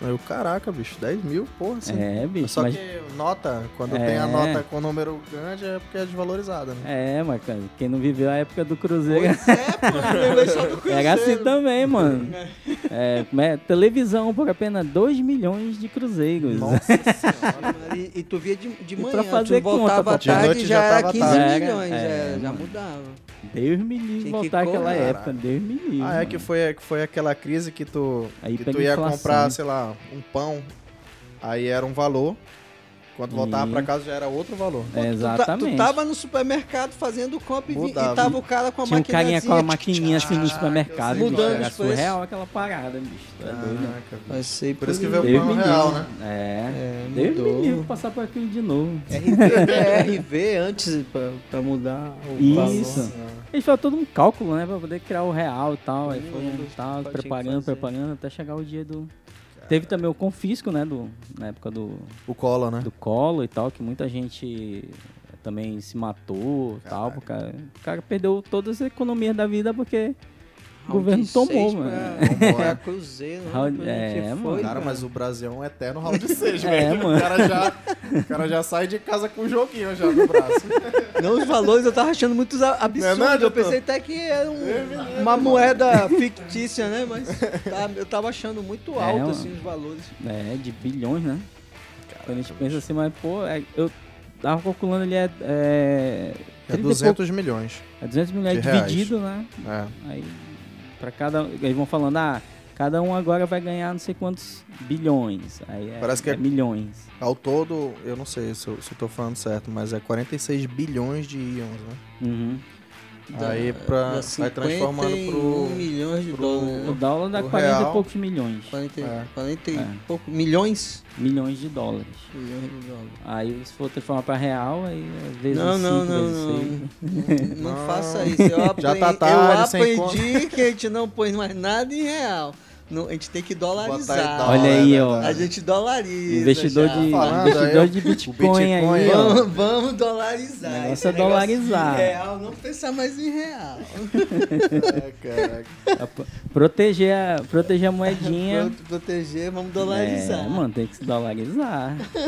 [SPEAKER 3] Aí eu, caraca, bicho, 10 mil, porra, assim.
[SPEAKER 1] É, bicho,
[SPEAKER 3] Só
[SPEAKER 1] mas...
[SPEAKER 3] que nota, quando
[SPEAKER 1] É.
[SPEAKER 3] tem a nota com número grande é porque é desvalorizada, né?
[SPEAKER 1] É, mas cara, quem não viveu a época do Cruzeiro...
[SPEAKER 4] É, pô, eu lembrei só do
[SPEAKER 1] Era assim
[SPEAKER 4] cruzeiro.
[SPEAKER 1] também, mano. É, como é? televisão por apenas 2 milhões de cruzeiros.
[SPEAKER 4] E, e tu via de, de
[SPEAKER 1] E pra
[SPEAKER 4] manhã,
[SPEAKER 1] fazer
[SPEAKER 4] tu voltava
[SPEAKER 1] conta, pô.
[SPEAKER 4] à
[SPEAKER 3] De noite
[SPEAKER 4] tarde e já
[SPEAKER 3] já
[SPEAKER 4] era
[SPEAKER 3] tava
[SPEAKER 4] 15
[SPEAKER 1] tarde.
[SPEAKER 4] milhões,
[SPEAKER 1] Era,
[SPEAKER 4] é,
[SPEAKER 1] é,
[SPEAKER 4] já
[SPEAKER 1] mano.
[SPEAKER 4] mudava.
[SPEAKER 1] Deus me livre
[SPEAKER 4] que
[SPEAKER 1] voltar àquela
[SPEAKER 4] cobrar.
[SPEAKER 1] época. Deus me livre.
[SPEAKER 3] Ah, é
[SPEAKER 1] mano.
[SPEAKER 3] que foi, que foi aquela crise que tu,
[SPEAKER 1] Aí
[SPEAKER 3] que
[SPEAKER 1] pega
[SPEAKER 3] tu ia
[SPEAKER 1] inflação. né?
[SPEAKER 3] comprar, sei lá, um pão, aí era um valor, quando voltava
[SPEAKER 1] E-
[SPEAKER 3] pra casa já era outro valor.
[SPEAKER 1] É,
[SPEAKER 4] Tu tá-
[SPEAKER 1] Exatamente.
[SPEAKER 4] Tu tava no supermercado fazendo compra e, vi- e
[SPEAKER 3] Mudava.
[SPEAKER 4] tava o cara com a
[SPEAKER 1] Tinha um carinha
[SPEAKER 4] maquinazinha. tipo,
[SPEAKER 1] com a
[SPEAKER 4] tch, tch, tch.
[SPEAKER 1] maquininha assim no
[SPEAKER 3] Caraca,
[SPEAKER 1] supermercado.
[SPEAKER 3] eu sei
[SPEAKER 1] bicho,
[SPEAKER 4] qual
[SPEAKER 1] era
[SPEAKER 4] é.
[SPEAKER 1] surreal aquela parada, bicho. Tá doido, né?
[SPEAKER 3] Caraca, bicho.
[SPEAKER 4] Eu sei,
[SPEAKER 3] Por isso que
[SPEAKER 4] veio
[SPEAKER 3] veio
[SPEAKER 1] Deus
[SPEAKER 3] o pão
[SPEAKER 1] me
[SPEAKER 3] real,
[SPEAKER 1] livre.
[SPEAKER 3] né?
[SPEAKER 1] É.
[SPEAKER 4] É,
[SPEAKER 1] Deus me livre
[SPEAKER 4] mudou.
[SPEAKER 1] passar por aquilo de novo.
[SPEAKER 4] RV, é RV antes pra, pra mudar o
[SPEAKER 1] Isso.
[SPEAKER 4] valor.
[SPEAKER 1] Eles fizeram todo um cálculo, né? Pra poder criar o real e tal. Aí
[SPEAKER 4] Eu
[SPEAKER 1] foram
[SPEAKER 4] lembro,
[SPEAKER 1] tal,
[SPEAKER 4] tinha que
[SPEAKER 1] preparando,
[SPEAKER 4] fazer.
[SPEAKER 1] preparando, até chegar o dia do. Teve também o confisco, né? Do, na época do,
[SPEAKER 3] O colo, né?
[SPEAKER 1] do colo e tal, que muita gente também se matou e tal, porque o cara perdeu todas as economias da vida porque o
[SPEAKER 4] Round
[SPEAKER 1] governo
[SPEAKER 4] seis
[SPEAKER 1] tomou,
[SPEAKER 4] pra-
[SPEAKER 1] mano.
[SPEAKER 4] Pra Cruzeiro, né?
[SPEAKER 1] Round-
[SPEAKER 4] Pra gente
[SPEAKER 1] é,
[SPEAKER 4] foi,
[SPEAKER 1] mano.
[SPEAKER 3] Cara, mas o Brasil é um eterno round 6,
[SPEAKER 1] É,
[SPEAKER 3] velho.
[SPEAKER 1] mano.
[SPEAKER 3] O, cara já, o cara já sai de casa com o joguinho já no braço.
[SPEAKER 4] Não, os valores eu tava achando muito a- absurdo.
[SPEAKER 3] Não é não,
[SPEAKER 4] eu
[SPEAKER 3] doutor? É
[SPEAKER 4] pensei até que era um- uma moeda fictícia, né? Mas tá- eu tava achando muito
[SPEAKER 1] É,
[SPEAKER 4] alto,
[SPEAKER 1] mano.
[SPEAKER 4] assim, os valores.
[SPEAKER 1] É, de bilhões, né? Quando a gente pensa assim, mas pô, é- eu tava calculando ali é, é,
[SPEAKER 3] É
[SPEAKER 1] 30 e
[SPEAKER 3] 200 milhões.
[SPEAKER 1] pouco- é 200 milhões
[SPEAKER 3] de reais.
[SPEAKER 1] dividido, né?
[SPEAKER 3] É.
[SPEAKER 1] Aí pra cada eles vão falando, ah, cada um agora vai ganhar não sei quantos bilhões. Aí é,
[SPEAKER 3] Parece que é-
[SPEAKER 1] milhões.
[SPEAKER 3] Ao todo, eu não sei se eu, se eu tô falando certo, mas é 46 bilhões de íons, né?
[SPEAKER 1] Uhum.
[SPEAKER 4] Dá-
[SPEAKER 3] aí pra,
[SPEAKER 4] dá
[SPEAKER 3] Ah, vai transformando
[SPEAKER 4] 51
[SPEAKER 3] pro...
[SPEAKER 4] milhões de
[SPEAKER 3] pro-
[SPEAKER 4] dólares.
[SPEAKER 1] O
[SPEAKER 4] né?
[SPEAKER 1] dólar dá
[SPEAKER 3] O
[SPEAKER 1] 40 e
[SPEAKER 3] real-
[SPEAKER 1] poucos milhões.
[SPEAKER 4] 40,
[SPEAKER 3] É.
[SPEAKER 4] 40 e
[SPEAKER 1] É.
[SPEAKER 4] pouco. Milhões?
[SPEAKER 1] Milhões de dólares.
[SPEAKER 4] Milhões de dólares.
[SPEAKER 1] Aí se for transformar pra real, aí é vezes
[SPEAKER 4] Não, não,
[SPEAKER 1] cinco,
[SPEAKER 4] não,
[SPEAKER 1] vezes seis. né?
[SPEAKER 4] não. Não,
[SPEAKER 3] Não.
[SPEAKER 4] faça isso. Eu aprendi,
[SPEAKER 3] Já tá tarde, sem
[SPEAKER 4] eu aprendi que a gente não põe mais nada em real. Não, a gente tem que
[SPEAKER 3] botar
[SPEAKER 4] dolarizar.
[SPEAKER 3] em dólar,
[SPEAKER 1] Olha aí,
[SPEAKER 3] né?
[SPEAKER 1] ó.
[SPEAKER 4] A gente dolariza.
[SPEAKER 1] Investidor
[SPEAKER 4] já.
[SPEAKER 1] de,
[SPEAKER 3] falando
[SPEAKER 1] investidor
[SPEAKER 3] aí,
[SPEAKER 1] de
[SPEAKER 3] o
[SPEAKER 1] Bitcoin, aí,
[SPEAKER 3] Bitcoin,
[SPEAKER 1] ó.
[SPEAKER 4] Vamos, vamos dolarizar.
[SPEAKER 1] Negócio
[SPEAKER 4] Esse
[SPEAKER 1] é dolarizar.
[SPEAKER 4] de Real, não pensar mais em real.
[SPEAKER 3] É, caraca.
[SPEAKER 1] Proteger a, proteger a moedinha.
[SPEAKER 4] Vamos proteger, vamos dolarizar.
[SPEAKER 1] É, mano, tem que se dolarizar.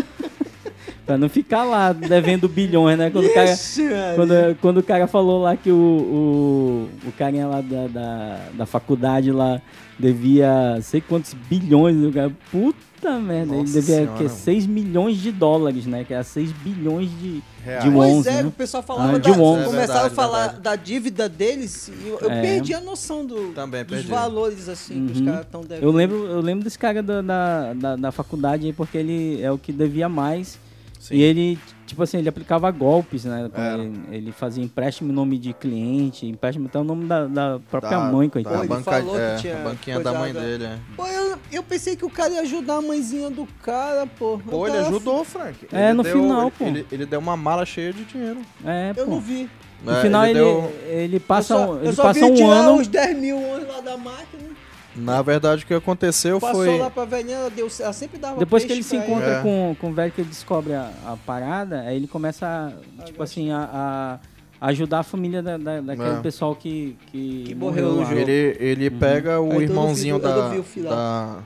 [SPEAKER 1] pra não ficar lá devendo bilhões, né? Quando o cara,
[SPEAKER 4] Ixi, Maria.
[SPEAKER 1] quando, é quando o cara falou lá que o, o, o carinha lá da, da, da faculdade lá devia sei quantos bilhões, o cara, puta merda, ele
[SPEAKER 3] Nossa
[SPEAKER 1] devia
[SPEAKER 3] senhora,
[SPEAKER 1] que,
[SPEAKER 3] mano.
[SPEAKER 1] 6 milhões de dólares, né? Que era 6 bilhões de,
[SPEAKER 3] Reais.
[SPEAKER 1] de um
[SPEAKER 4] Pois
[SPEAKER 1] onze,
[SPEAKER 4] é,
[SPEAKER 1] né?
[SPEAKER 4] o pessoal falava
[SPEAKER 1] Ah,
[SPEAKER 4] da,
[SPEAKER 1] de um onze.
[SPEAKER 4] começava
[SPEAKER 3] É Verdade,
[SPEAKER 4] a falar
[SPEAKER 3] verdade.
[SPEAKER 4] da dívida deles e eu, eu
[SPEAKER 1] É.
[SPEAKER 4] perdi a noção do,
[SPEAKER 3] Também
[SPEAKER 4] dos
[SPEAKER 3] perdi.
[SPEAKER 4] valores assim que os
[SPEAKER 1] Uhum.
[SPEAKER 4] caras estão
[SPEAKER 3] É
[SPEAKER 4] devendo.
[SPEAKER 1] Eu lembro, eu lembro desse cara da, da, da, da faculdade aí, porque ele é o que devia mais.
[SPEAKER 3] Sim.
[SPEAKER 1] E ele, tipo assim, ele aplicava golpes, né? Quando
[SPEAKER 3] Era.
[SPEAKER 1] Ele, ele fazia empréstimo em nome de cliente, empréstimo até o nome da, da própria
[SPEAKER 3] Da-
[SPEAKER 1] mãe,
[SPEAKER 3] da
[SPEAKER 1] coitado.
[SPEAKER 4] Ele
[SPEAKER 3] Tá, banca-
[SPEAKER 4] falou que
[SPEAKER 3] é,
[SPEAKER 4] tinha né?
[SPEAKER 3] a banquinha da
[SPEAKER 4] coisado-
[SPEAKER 3] mãe dele, é.
[SPEAKER 4] Pô, eu, eu pensei que o cara ia ajudar a mãezinha do cara, pô. O
[SPEAKER 3] Pô, ele
[SPEAKER 4] cara-
[SPEAKER 3] ajudou, Frank.
[SPEAKER 1] É, no final,
[SPEAKER 3] ele-
[SPEAKER 1] pô.
[SPEAKER 3] Ele, ele deu uma mala cheia de dinheiro.
[SPEAKER 1] É,
[SPEAKER 4] Eu
[SPEAKER 1] pô.
[SPEAKER 4] não vi.
[SPEAKER 1] No
[SPEAKER 3] É,
[SPEAKER 1] final ele,
[SPEAKER 3] deu-
[SPEAKER 1] ele passa
[SPEAKER 4] eu só,
[SPEAKER 1] um,
[SPEAKER 4] eu
[SPEAKER 1] ele
[SPEAKER 4] só
[SPEAKER 1] passa
[SPEAKER 4] vi
[SPEAKER 1] um
[SPEAKER 4] tirar
[SPEAKER 1] ano.
[SPEAKER 4] os 10 mil anos lá da máquina.
[SPEAKER 3] Na verdade, o que aconteceu
[SPEAKER 4] Passou
[SPEAKER 3] foi...
[SPEAKER 4] lá pra velhinha, ela, deu, ela sempre dava
[SPEAKER 1] Depois que
[SPEAKER 4] peixe
[SPEAKER 1] ele se
[SPEAKER 4] pra
[SPEAKER 1] encontra
[SPEAKER 3] É.
[SPEAKER 1] com, com o velho que ele descobre a, a parada, aí ele começa, a, tipo assim, a, a ajudar a família da, da, daquele
[SPEAKER 3] É.
[SPEAKER 1] pessoal que, que,
[SPEAKER 4] Que morreu no
[SPEAKER 1] lá.
[SPEAKER 4] jogo.
[SPEAKER 3] Ele, ele
[SPEAKER 1] Uhum.
[SPEAKER 3] pega o
[SPEAKER 4] Aí todo
[SPEAKER 3] irmãozinho
[SPEAKER 4] filho- todo
[SPEAKER 3] da,
[SPEAKER 4] filho filado.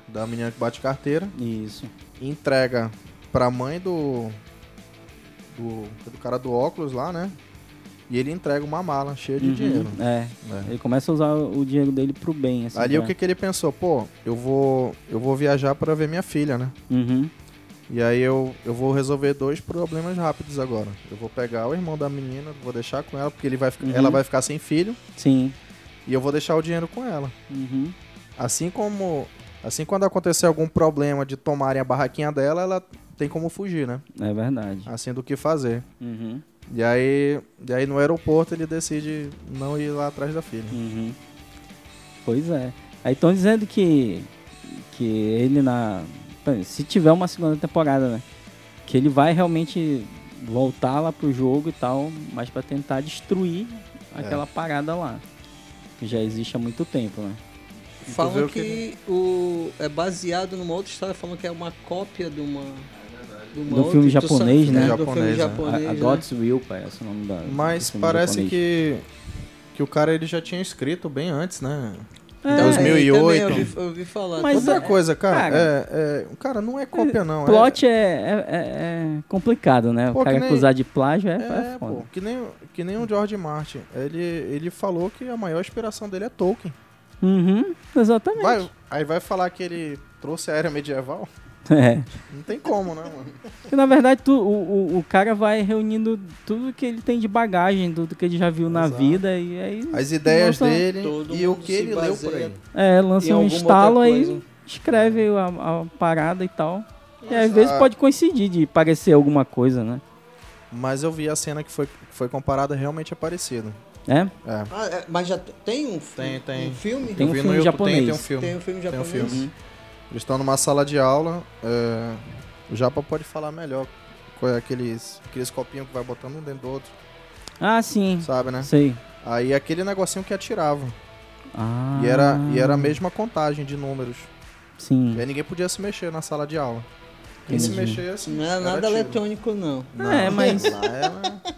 [SPEAKER 3] da, da menina que bate carteira,
[SPEAKER 1] Isso.
[SPEAKER 3] entrega pra mãe do, do. do cara do óculos lá, né? E ele entrega uma mala cheia de
[SPEAKER 1] Uhum.
[SPEAKER 3] dinheiro.
[SPEAKER 1] É.
[SPEAKER 3] né?
[SPEAKER 1] Ele começa a usar o dinheiro dele pro bem, assim.
[SPEAKER 3] Ali
[SPEAKER 1] pra-
[SPEAKER 3] o que, que ele pensou? Pô, eu vou, eu vou viajar pra ver minha filha, né?
[SPEAKER 1] Uhum.
[SPEAKER 3] E aí eu, eu vou resolver dois problemas rápidos agora. Eu vou pegar o irmão da menina, vou deixar com ela, porque ele vai, ficar-
[SPEAKER 1] Uhum.
[SPEAKER 3] ela vai ficar sem filho,
[SPEAKER 1] Sim.
[SPEAKER 3] e eu vou deixar o dinheiro com ela.
[SPEAKER 1] Uhum.
[SPEAKER 3] Assim como. Assim quando acontecer algum problema de tomarem a barraquinha dela, ela tem como fugir, né?
[SPEAKER 1] É verdade.
[SPEAKER 3] Assim do que fazer.
[SPEAKER 1] Uhum.
[SPEAKER 3] E aí, e aí no aeroporto ele decide não ir lá atrás da filha.
[SPEAKER 1] Uhum. Pois é. Aí estão dizendo que, que ele na. Bem, Se tiver uma segunda temporada, né? Que ele vai realmente voltar lá pro jogo e tal, mas pra tentar destruir
[SPEAKER 3] É.
[SPEAKER 1] aquela parada lá. Que já existe há muito tempo, né?
[SPEAKER 4] Falam
[SPEAKER 3] vê o
[SPEAKER 4] que, o, é baseado numa outra história, falam que é uma cópia de uma. De uma
[SPEAKER 1] Do filme
[SPEAKER 4] tu sabe-
[SPEAKER 1] japonês, né?
[SPEAKER 4] Do filme
[SPEAKER 3] Japonês, né? A- a
[SPEAKER 1] A,
[SPEAKER 4] japonês.
[SPEAKER 1] a
[SPEAKER 4] né?
[SPEAKER 1] God's Will parece o nome da.
[SPEAKER 3] Mas
[SPEAKER 1] do filme
[SPEAKER 3] parece
[SPEAKER 1] japonês.
[SPEAKER 3] que, que o cara ele já tinha escrito bem antes, né?
[SPEAKER 1] É,
[SPEAKER 3] 2000
[SPEAKER 4] Também,
[SPEAKER 3] 2008.
[SPEAKER 4] Eu ouvi, eu ouvi falar.
[SPEAKER 1] Mas
[SPEAKER 3] Outra
[SPEAKER 1] é-
[SPEAKER 3] coisa, cara,
[SPEAKER 1] cara.
[SPEAKER 3] É, é- cara, não é cópia não. é-
[SPEAKER 1] Plot é, é- é- é complicado, né?
[SPEAKER 3] Pô,
[SPEAKER 1] o cara
[SPEAKER 3] que nem-
[SPEAKER 1] acusar de plágio é,
[SPEAKER 3] É,
[SPEAKER 1] é
[SPEAKER 3] pô,
[SPEAKER 1] foda.
[SPEAKER 3] que nem, que nem o George Martin. Ele, ele falou que a maior inspiração dele é Tolkien.
[SPEAKER 1] Uhum, exatamente.
[SPEAKER 3] Vai, aí vai falar que ele trouxe a era medieval?
[SPEAKER 1] É.
[SPEAKER 3] Não tem como, né, mano?
[SPEAKER 1] Porque, na verdade, tu- o, o, o cara vai reunindo tudo que ele tem de bagagem, tudo que ele já viu na
[SPEAKER 3] Exato.
[SPEAKER 1] vida, e aí
[SPEAKER 3] As ideias
[SPEAKER 1] lança-
[SPEAKER 3] dele
[SPEAKER 4] Todo
[SPEAKER 3] e o
[SPEAKER 4] mundo
[SPEAKER 3] que
[SPEAKER 4] se
[SPEAKER 3] ele leu por
[SPEAKER 4] baseia
[SPEAKER 3] aí.
[SPEAKER 1] é, lança
[SPEAKER 4] em
[SPEAKER 1] um
[SPEAKER 4] alguma
[SPEAKER 1] estalo
[SPEAKER 4] outra
[SPEAKER 1] aí,
[SPEAKER 4] coisa.
[SPEAKER 1] escreve a, a parada e tal. E às
[SPEAKER 3] Ah.
[SPEAKER 1] vezes pode coincidir de parecer alguma coisa, né?
[SPEAKER 3] Mas eu vi a cena que foi, que foi comparada realmente é parecida.
[SPEAKER 1] É?
[SPEAKER 3] É.
[SPEAKER 4] Ah, é, mas já t- tem um, fi-
[SPEAKER 3] Tem, tem.
[SPEAKER 4] um filme?
[SPEAKER 1] Tem
[SPEAKER 3] eu
[SPEAKER 1] um
[SPEAKER 3] vi
[SPEAKER 1] filme
[SPEAKER 3] no YouTube,
[SPEAKER 1] japonês. Uhum.
[SPEAKER 3] Tem, tem um filme.
[SPEAKER 4] Tem um filme
[SPEAKER 3] Tem um
[SPEAKER 4] japonês.
[SPEAKER 3] filme. Eles estão numa sala de aula. é, O Japa pode falar melhor. Qual é aqueles, aqueles copinhos que vai botando um dentro do outro,
[SPEAKER 1] Ah, sim.
[SPEAKER 3] sabe, né?
[SPEAKER 1] Sei.
[SPEAKER 3] Aí aquele negocinho que atirava.
[SPEAKER 1] Ah,
[SPEAKER 3] E, era, e era a mesma contagem de números.
[SPEAKER 1] Sim.
[SPEAKER 3] E aí ninguém podia se mexer na sala de aula. Quem se
[SPEAKER 1] Entendi.
[SPEAKER 3] mexia assim.
[SPEAKER 4] Não é
[SPEAKER 3] era
[SPEAKER 4] nada
[SPEAKER 3] tiro.
[SPEAKER 4] eletrônico, não.
[SPEAKER 3] Não,
[SPEAKER 1] É, mas-
[SPEAKER 3] lá era-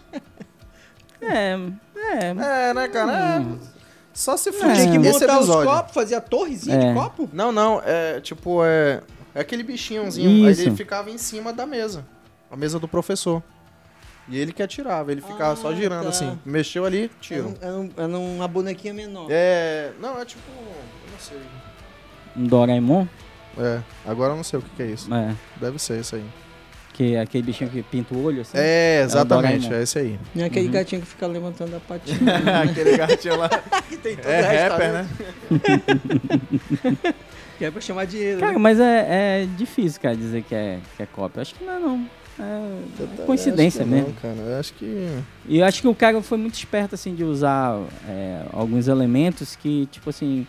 [SPEAKER 1] É, é.
[SPEAKER 3] É, né, cara? É. Só se
[SPEAKER 1] É.
[SPEAKER 3] fuder
[SPEAKER 1] Tinha que
[SPEAKER 3] que esse
[SPEAKER 4] Botar os
[SPEAKER 3] episódio.
[SPEAKER 4] copos, fazer a torrezinha
[SPEAKER 1] É.
[SPEAKER 4] de copo?
[SPEAKER 3] Não, não, é tipo, é. É aquele bichinhozinho. Aí
[SPEAKER 1] Isso.
[SPEAKER 3] ele ficava em cima da mesa. A mesa do professor. E ele que atirava, ele ficava
[SPEAKER 4] Ah,
[SPEAKER 3] só girando
[SPEAKER 4] tá.
[SPEAKER 3] assim. Mexeu ali,
[SPEAKER 4] Era,
[SPEAKER 3] tiro.
[SPEAKER 4] um- era, um- era um uma bonequinha menor.
[SPEAKER 3] É. Não, é tipo. Eu não sei.
[SPEAKER 1] Um Doraemon?
[SPEAKER 3] É, agora eu não sei o que, que é isso.
[SPEAKER 1] É.
[SPEAKER 3] Deve ser isso aí.
[SPEAKER 1] Que é aquele bichinho que pinta o olho, assim.
[SPEAKER 3] É, exatamente,
[SPEAKER 1] Doraemon.
[SPEAKER 3] é esse aí.
[SPEAKER 4] E
[SPEAKER 1] Uhum.
[SPEAKER 4] aquele gatinho que fica levantando a patinha.
[SPEAKER 3] Aquele gatinho lá.
[SPEAKER 4] que tem toda
[SPEAKER 3] É
[SPEAKER 4] a história.
[SPEAKER 3] rapper, né?
[SPEAKER 4] Que é pra chamar dinheiro.
[SPEAKER 1] Cara, mas é, é difícil, cara, dizer que é, que é cópia. Acho que não é, não. É- É, coincidência
[SPEAKER 3] Acho que não,
[SPEAKER 1] mesmo.
[SPEAKER 3] cara. Eu acho que.
[SPEAKER 1] E eu acho que o cara foi muito esperto, assim, de usar é, alguns elementos que, tipo assim,